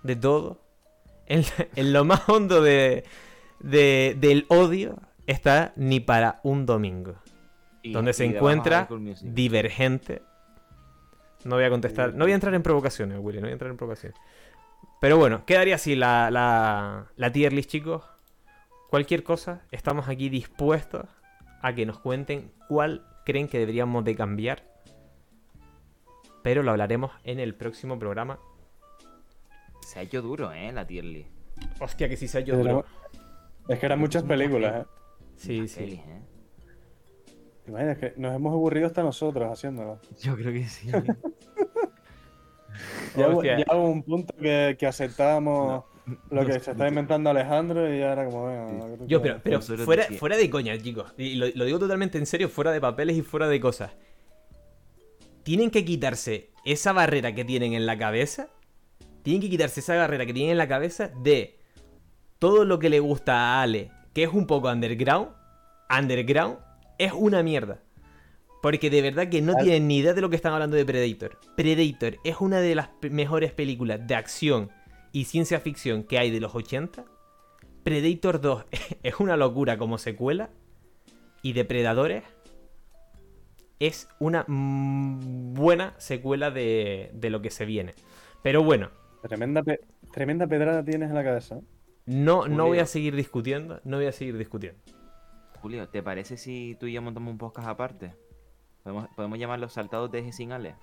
A: de todo, en, en lo más hondo de, de- del odio, está Ni para un domingo.
C: y-
A: Donde
C: y
A: se
C: debajo
A: encuentra
C: High School Musical.
A: Divergente. No voy a
C: Eh.
A: contestar. No voy a entrar en provocaciones, Willy. No voy a entrar en provocaciones. Pero bueno, quedaría así la, la, la tier list, chicos. Cualquier cosa, estamos aquí dispuestos a que nos cuenten cuál creen que deberíamos de cambiar. Pero lo hablaremos en el próximo programa.
C: Se ha hecho duro, ¿eh? La tier list.
A: Hostia, que sí se ha hecho
B: Pero-
A: duro.
B: Es que eran muchas películas, ¿eh?
A: Sí,
C: Las
A: sí.
C: pelis, ¿eh?
B: ¿Te imaginas que nos hemos aburrido hasta nosotros haciéndolo.
C: Yo creo que sí.
B: Ya hubo,
A: Hostia.
B: ya hubo un punto que, que aceptábamos lo
C: no
B: que
C: sé,
B: se
C: no
B: está
C: sé.
B: inventando Alejandro y ya era como, venga, lo que tú
A: Yo, pero,
B: quieras.
A: pero
C: Absolutamente
A: fuera,
C: cierto.
A: fuera de coña, chicos. Y lo, lo digo totalmente en serio, fuera de papeles y fuera de cosas. Tienen que quitarse esa barrera que tienen en la cabeza. Tienen que quitarse esa barrera que tienen en la cabeza de todo lo que le gusta a Ale, que es un poco underground. Underground es una mierda. Porque de verdad que no
D: Al-
A: tienen ni idea de lo que están hablando de Predator. Predator es una de las pe- mejores películas de acción y ciencia ficción que hay de los 80. Predator 2 es una locura como secuela. Y Depredadores es una mm, buena secuela de, de lo que se viene. Pero bueno,
B: Tremenda, pe- tremenda pedrada tienes en la cabeza. ¿eh?
A: no, no voy a
C: Julio.
A: seguir discutiendo. No voy a seguir discutiendo.
C: Julio, ¿te parece si tú y yo montamos un podcast aparte? Podemos, podemos llamarlo Saltados de Eje sin Ale.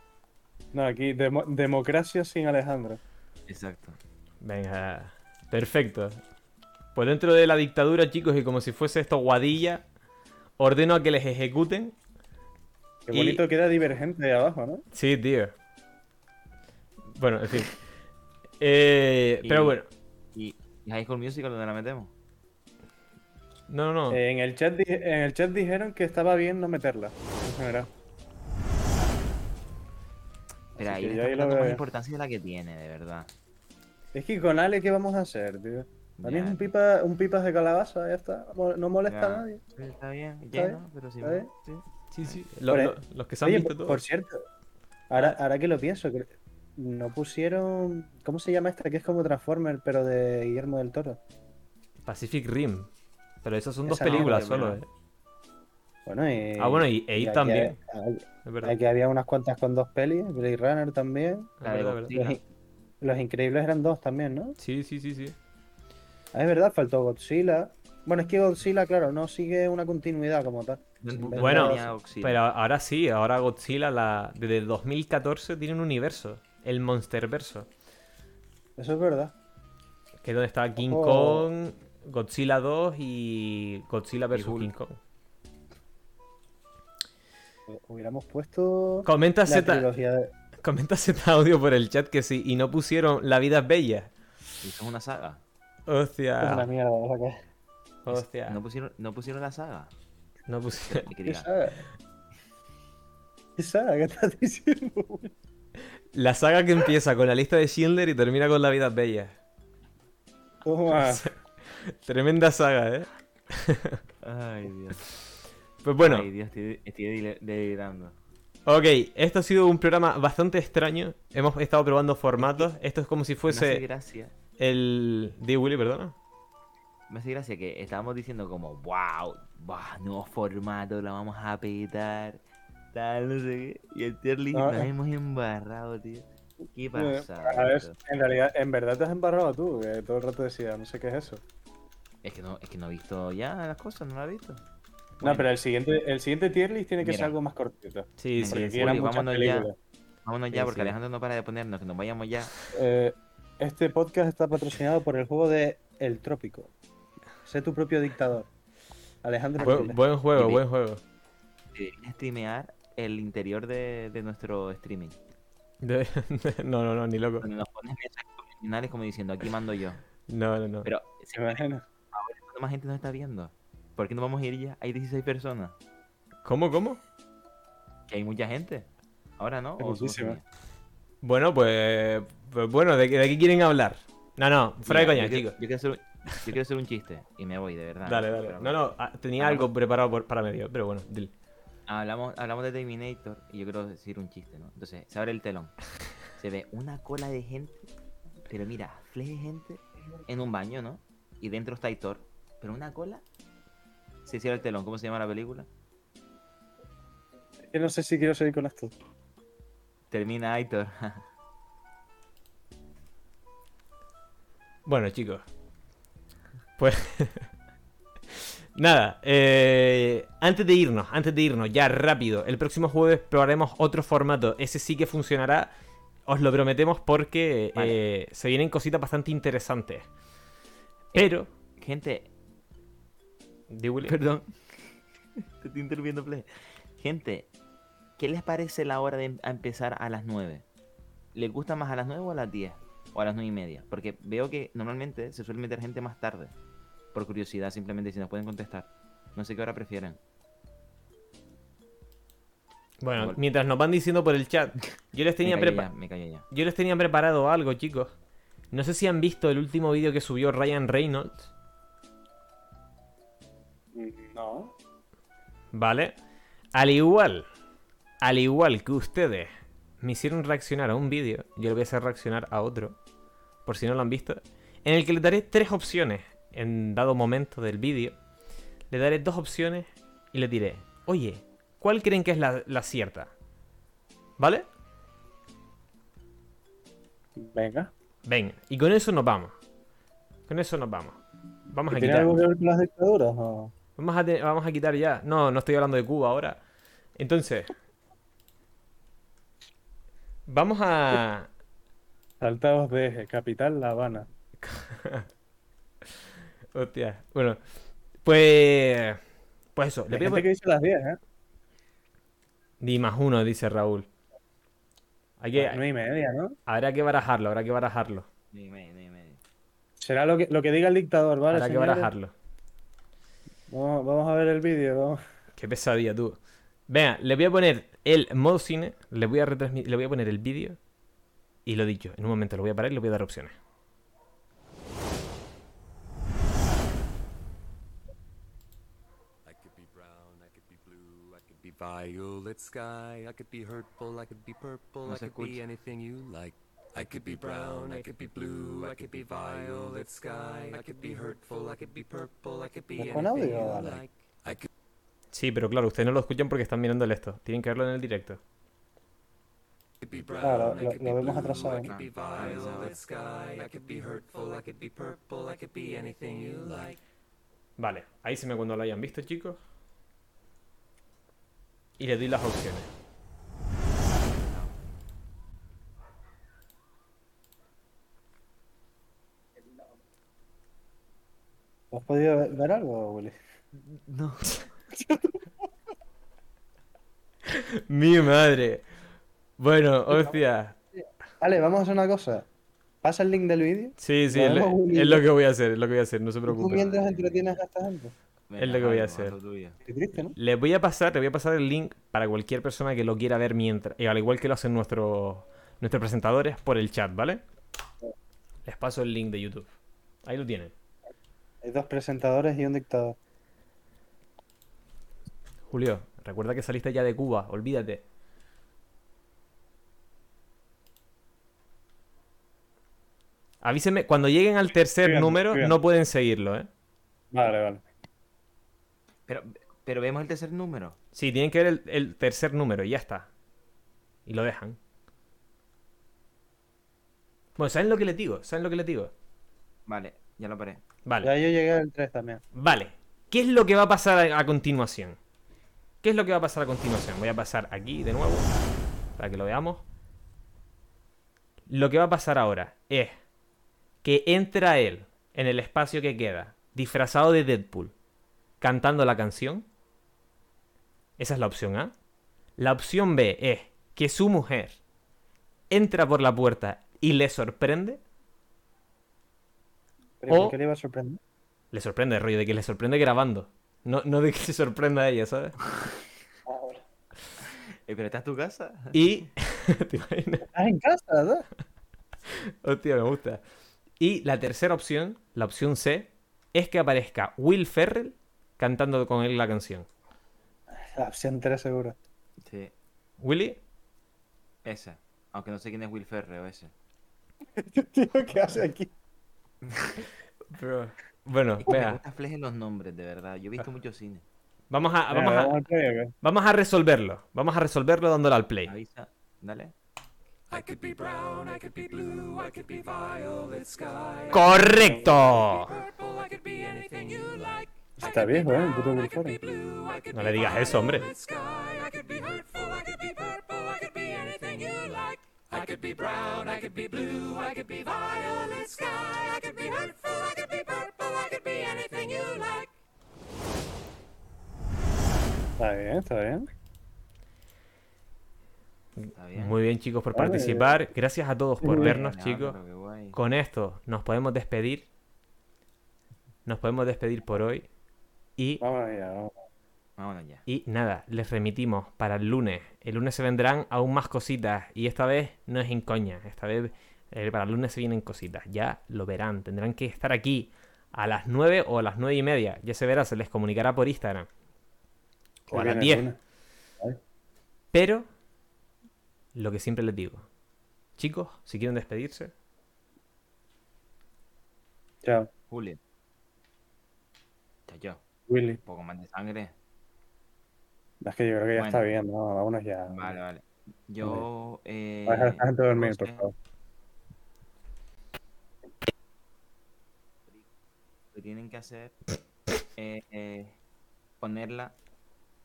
B: No, aquí, demo- democracia sin Alejandro.
C: Exacto.
A: Venga, perfecto. Pues dentro de la dictadura, chicos, y como si fuese esto guadilla, ordeno a que les ejecuten.
B: Qué
A: Y-
B: bonito queda divergente de abajo, ¿no?
A: Sí, tío. Bueno, en fin. Eh,
C: Y-
A: pero bueno,
C: ¿Y, y High School Musical dónde la metemos?
A: no, no, no.
B: Eh, En el, chat di- en el chat dijeron que estaba bien no meterla, en general.
C: Pero
B: Así
C: ahí
B: que
C: le
B: yo
C: estamos
B: ahí lo
C: dando más
B: veo.
C: importancia de la que tiene, de verdad.
B: Es que con Ale, ¿qué vamos a hacer, tío? A mí es un pipa, un pipas de calabaza, ya está. Mo- No molesta
C: Ya.
B: a nadie.
C: Sí, Está bien,
D: bien,
C: lleno, pero sí.
D: está bien.
C: sí.
A: Sí, sí. Lo-
D: Por- e-
A: lo- los que se han
D: Oye,
A: visto
D: por,
A: todo.
D: por cierto, ahora, ahora que lo pienso, que no pusieron. ¿Cómo se llama esta? Que es como Transformer, pero de Guillermo del Toro.
A: Pacific Rim. Pero esas son dos
D: Esa no, Eh,
A: películas
C: pero
A: solo,
C: bueno.
A: eh.
D: Bueno, y.
A: Ah, bueno, y Ape
D: aquí-
A: también.
D: aquí-
A: Es verdad.
D: Aquí había unas cuantas con dos pelis, Blade Runner también.
A: Es
C: La de
A: verdad, es verdad.
C: Godzilla.
D: Los, in- Los Increíbles eran dos también, ¿no?
A: Sí, sí, sí, sí.
D: Ah, es verdad, faltó Godzilla. Bueno, es que Godzilla, claro, no sigue una continuidad como tal.
C: ¿Dónde
A: Bueno,
C: tenía Godzilla?
A: Pero ahora sí, ahora Godzilla la... desde el 2014 tiene un universo. El Monsterverso.
D: Eso es verdad.
A: Que es donde está King
D: Ojo.
A: Kong, Godzilla 2 y Godzilla vs.
C: Hulk.
A: King Kong.
D: Hu- Hubiéramos puesto.
A: Comenta
D: La
A: Z,
D: trilogía de...
A: comenta Z audio por el chat que sí, y no pusieron La vida es bella.
C: Eso es una saga.
D: Es una
A: Hostia,
D: mierda, o sea que-
A: hostia.
C: No pusieron, no pusieron la saga.
A: No pusieron.
C: Qué
D: ¿Qué
C: cría.
D: sabe? ¿Qué sabe? ¿Qué estás diciendo? güey?
A: La saga que empieza con la lista de Schindler y termina con La vida es bella.
B: Toma.
A: Tremenda saga, ¿eh?
C: Ay, Dios.
A: Pues bueno,
C: Ay, Dios, estoy, estoy dele- delirando.
A: ok, esto ha sido un programa bastante extraño. Hemos estado probando formatos. Esto es como si
C: me hace
A: fuese
C: gracia.
A: el... Di Willy, perdona.
C: Me hace gracia que estábamos diciendo como, wow, bah, nuevo formato, la vamos a petar. Tal, no sé qué. Y el tier list
B: No,
C: nos
B: eh.
C: hemos embarrado, tío. ¿Qué
B: Eh,
C: pasa?
B: A ver, en realidad, en verdad te has embarrado tú, que todo el rato decías, no sé qué es eso.
C: Es que no, es que no he visto ya las cosas, no las he visto.
B: no, pero el siguiente, el siguiente tier list tiene que ser
C: Mira.
B: algo más cortito.
A: Sí,
C: Venga,
A: sí.
B: Porque
C: sí,
B: aquí eran
C: Julio,
B: muchas
C: vámonos ya.
B: películas.
C: Vámonos
A: Sí,
C: ya, porque
A: sí.
C: Alejandro no para de ponernos, que nos vayamos ya.
D: Eh, este podcast está patrocinado por el juego de El Trópico. Sé tu propio dictador. Alejandro
A: Bu-
D: Arquila.
A: buen juego,
C: Dime.
A: buen juego.
C: Deberías eh, streamear el interior de, de nuestro streaming.
A: De- No, no, no, ni loco.
C: Donde nos pones mensajes subliminales como diciendo, aquí mando yo.
A: No, no, no.
C: Pero
B: ¿Te
C: se me
B: imaginas?
C: cuánta más gente nos está viendo. ¿Por qué no vamos a ir ya? Hay 16 personas.
A: ¿Cómo, cómo?
C: Que hay mucha gente. Ahora no.
B: Hay
C: ¿O somos
B: muchísima.
C: mía?
A: Bueno, pues, pues bueno, ¿de, qué- de qué quieren hablar? No, no, fuera
C: Mira,
A: de coña,
C: yo quiero-
A: chicos.
C: Yo quiero, hacer un, yo quiero hacer un chiste y me voy, de verdad.
A: Dale, dale.
C: Pero
A: No, no, ah, tenía
C: Vamos.
A: algo preparado por- para medio, pero bueno, dile.
C: Hablamos, hablamos de Terminator y yo quiero decir un chiste, ¿no? Entonces, se abre el telón. Se ve una cola de gente, pero mira, fle de gente en un baño, ¿no? Y dentro está Hitor. Pero una cola. Se cierra el telón. ¿Cómo se llama la película?
B: Yo no sé si quiero seguir con esto.
C: Termina Hitor.
A: Bueno, chicos. Pues. Nada, eh, antes de irnos, antes de irnos, ya rápido, el próximo jueves probaremos otro formato, ese sí que funcionará, os lo prometemos porque
C: Vale.
A: eh, se vienen cositas bastante interesantes. Pero,
C: gente,
A: de Willy,
C: perdón. Te estoy interrumpiendo, play. Gente, ¿qué les parece la hora de em- a empezar a las 9? ¿Les gusta más a las 9 o a las 10? O a las 9 y media. Porque veo que normalmente se suele meter gente más tarde. Por curiosidad, simplemente si nos pueden contestar. No sé qué hora prefieren.
A: bueno,
C: Vale.
A: mientras nos van diciendo por el chat, yo les tenía
C: me callo
A: prepa-
C: ya, me callo ya.
A: Yo les tenía preparado algo, chicos. No sé si han visto el último vídeo que subió Ryan Reynolds,
B: No.
A: ¿vale? Al igual, al igual que ustedes me hicieron reaccionar a un vídeo, yo les voy a hacer reaccionar a otro, por si no lo han visto, en el que les daré tres opciones en dado momento del vídeo. Le daré dos opciones y les diré, oye, ¿cuál creen que es la, la cierta? ¿Vale?
B: Venga.
A: Venga, y con eso nos vamos. Con eso nos vamos. Vamos a
B: ¿Tiene
A: quitar.
B: algo que ver con las dictaduras? o?
A: Vamos a, te- vamos a quitar ya. No, no estoy hablando de Cuba ahora. Entonces. Vamos a.
B: Saltados de eje, capital La Habana.
A: Hostia. Bueno. Pues. Pues eso. Le voy
B: Hay
A: a
B: gente
A: poner-
B: que dice las 10, ¿eh?
A: Di más uno, dice Raúl. Hay que-
B: Las 9 y media, ¿no?
A: Habrá que barajarlo, habrá que barajarlo.
C: Nueve y media, nueve y media.
B: Será lo que, lo que diga el dictador, ¿vale?
A: habrá que
B: señores?
A: barajarlo.
B: Vamos, vamos a ver el vídeo. vamos.
A: Qué pesadilla, tú. Venga, le voy a poner el modo cine. Le voy a retransmitir. Le voy a poner el vídeo. Y lo dicho, en un momento lo voy a parar y le voy a dar opciones.
E: Violet sky, I could be hurtful, I could be purple,
C: No
E: I
C: se
E: could be
C: escucha.
E: anything you like. I could be brown, I could be blue, I could be violet sky, I could be hurtful, I could be purple, I could be
D: ¿Es con
E: anything
D: audio,
E: you
D: vale?
E: like. I could
A: Sí, pero claro, ustedes no lo escuchan porque están mirando el esto. Tienen que verlo en el directo.
E: be
D: Claro,
E: brown, I
D: lo,
E: could
D: lo
E: be
D: vemos
E: blue,
D: atrasado.
E: I
D: ¿no?
E: could be violet sky, I could be hurtful, I could be purple, I could be anything you like.
A: Vale, ahí se me cuando lo hayan visto, chicos. Y le doy las opciones.
D: ¿Has podido ver- ver algo, Willy?
C: No.
A: ¡Mi madre! Bueno, hostia.
D: Vale, vamos a hacer una cosa. Pasa el link del vídeo.
A: Sí, sí,
D: Ya
A: es,
D: hemos unido.
A: es lo que voy a hacer, es lo que voy a hacer, no se
D: Tú
A: preocupen.
D: mientras entretienes a esta gente.
A: Es lo que voy a
C: Javi,
A: hacer.
C: haz lo tuyo.
D: Qué triste, ¿no?
A: Les voy a pasar, les voy a pasar el link para cualquier persona que lo quiera ver mientras. y al igual que lo hacen nuestros nuestros presentadores por el chat, ¿vale? Les paso el link de YouTube. Ahí lo tienen.
D: Hay dos presentadores y un dictador.
A: Julio, recuerda que saliste ya de Cuba, olvídate. Avíseme, cuando lleguen al tercer
B: Estoy viendo,
A: número,
B: estoy viendo.
A: no pueden seguirlo, ¿eh?
B: Vale, vale.
C: Pero, pero vemos el tercer número.
A: Sí, tienen que ver el, el tercer número y ya está. Y lo dejan. Bueno, ¿saben lo que les digo? ¿Saben lo que les digo?
C: Vale, ya lo paré.
A: Vale,
D: Ya yo llegué al 3 también.
A: vale. ¿Qué es lo que va a pasar a, a continuación? ¿Qué es lo que va a pasar a continuación? Voy a pasar aquí de nuevo para que lo veamos. Lo que va a pasar ahora es que entra él en el espacio que queda, disfrazado de Deadpool, cantando la canción. Esa es la opción A. La opción B es que su mujer entra por la puerta y le sorprende.
D: Pero
A: O-
D: ¿por qué le iba a sorprender?
A: Le sorprende el rollo de que le sorprende grabando. No, no de que se sorprenda a ella, ¿sabes?
D: Ah,
C: Eh, ¿Pero estás en tu casa?
A: Y. ¿Te imaginas?
D: ¿Estás en casa, verdad?
A: Hostia, me gusta. Y la tercera opción, la opción C, es que aparezca Will Ferrell cantando con él la canción.
D: La Ah, opción 3 seguro.
C: Sí,
A: Willy,
C: esa. Aunque no sé quién es Will Ferrell ese.
D: Tío, ¿qué hace aquí?
A: Bueno,
C: Es que me
A: vea, Ah.
C: gusta Fleje los nombres, de verdad. Yo he visto mucho cine.
A: vamos a, vamos,
B: Venga, Eh, vamos
A: a,
B: al previo, ¿qué?
A: vamos a resolverlo. Vamos a resolverlo dándole al play.
C: Avisa, dale.
E: I could be brown, I could be blue, I could be violet sky.
A: ¡Correcto!
E: Purple, I could be anything you like.
B: Está viejo, ¿eh? El puto Will Ferrell.
A: No le digas eso, hombre.
E: Sky, I could be hurtful, I could be purple, I could be anything you like. I could be brown, I could be blue, I could be violet sky. I could be hurtful, I could be purple, I could be anything you like.
B: Está bien, está bien.
C: Está bien.
A: Muy bien, chicos, por
B: Vale.
A: participar. Gracias a todos por
B: Muy bien.
A: vernos,
C: Ah,
A: chicos.
C: pero qué guay.
A: Con esto nos podemos despedir. Nos podemos despedir por hoy. Y
B: Vamos allá, vamos.
C: Vámonos ya.
A: Y nada, les remitimos para el lunes. El lunes se vendrán aún más cositas. Y esta vez no es en coña. Esta vez eh, para el lunes se vienen cositas. Ya lo verán. Tendrán que estar aquí a las 9 o a las 9 y media. Ya se verá, se les comunicará por Instagram.
B: que
A: O a las
B: viene
A: 10.
B: alguna.
A: Pero, lo que siempre les digo. Chicos, si quieren despedirse.
B: Chao,
C: Julio. Chacho,
B: Willy.
C: un poco más de sangre.
B: Es que yo creo que ya
C: Bueno.
B: está bien, ¿no? Vámonos ya.
C: Vale, vale. Yo. Eh,
B: Vamos a dejar a esta gente dormir, por
C: José,
B: favor.
C: Lo que tienen que hacer es eh, ponerla,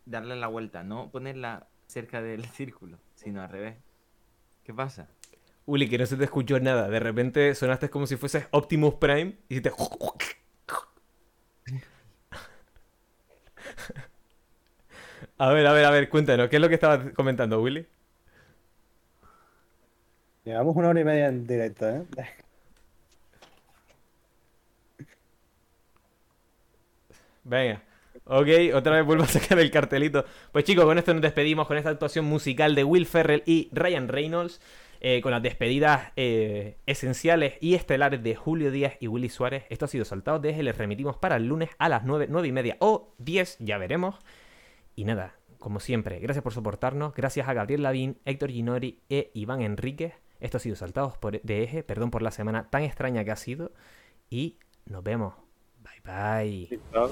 C: darle la vuelta. No ponerla cerca del círculo, sino al revés. ¿Qué pasa?
A: Uli, que no se te escuchó nada. De repente sonaste como si fueses Optimus Prime y te. A ver, a ver, a ver, cuéntanos, ¿qué es lo que estabas comentando, Willy?
D: Llevamos una hora y media en directo, ¿eh?
A: Venga. Ok, otra vez vuelvo a sacar el cartelito. Pues chicos, con esto nos despedimos con esta actuación musical de Will Ferrell y Ryan Reynolds. eh, con las despedidas eh, esenciales y estelares de Julio Díaz y Willy Suárez. Esto ha sido saltado desde les remitimos para el lunes a las 9, 9 y media o 10, ya veremos. Y nada, como siempre, gracias por soportarnos. Gracias a Gabriel Lavín, Héctor Ginori e Iván Enríquez. Esto ha sido Saltados por E- de Eje. Perdón por la semana tan extraña que ha sido. Y nos vemos. Bye bye.
B: Quitado.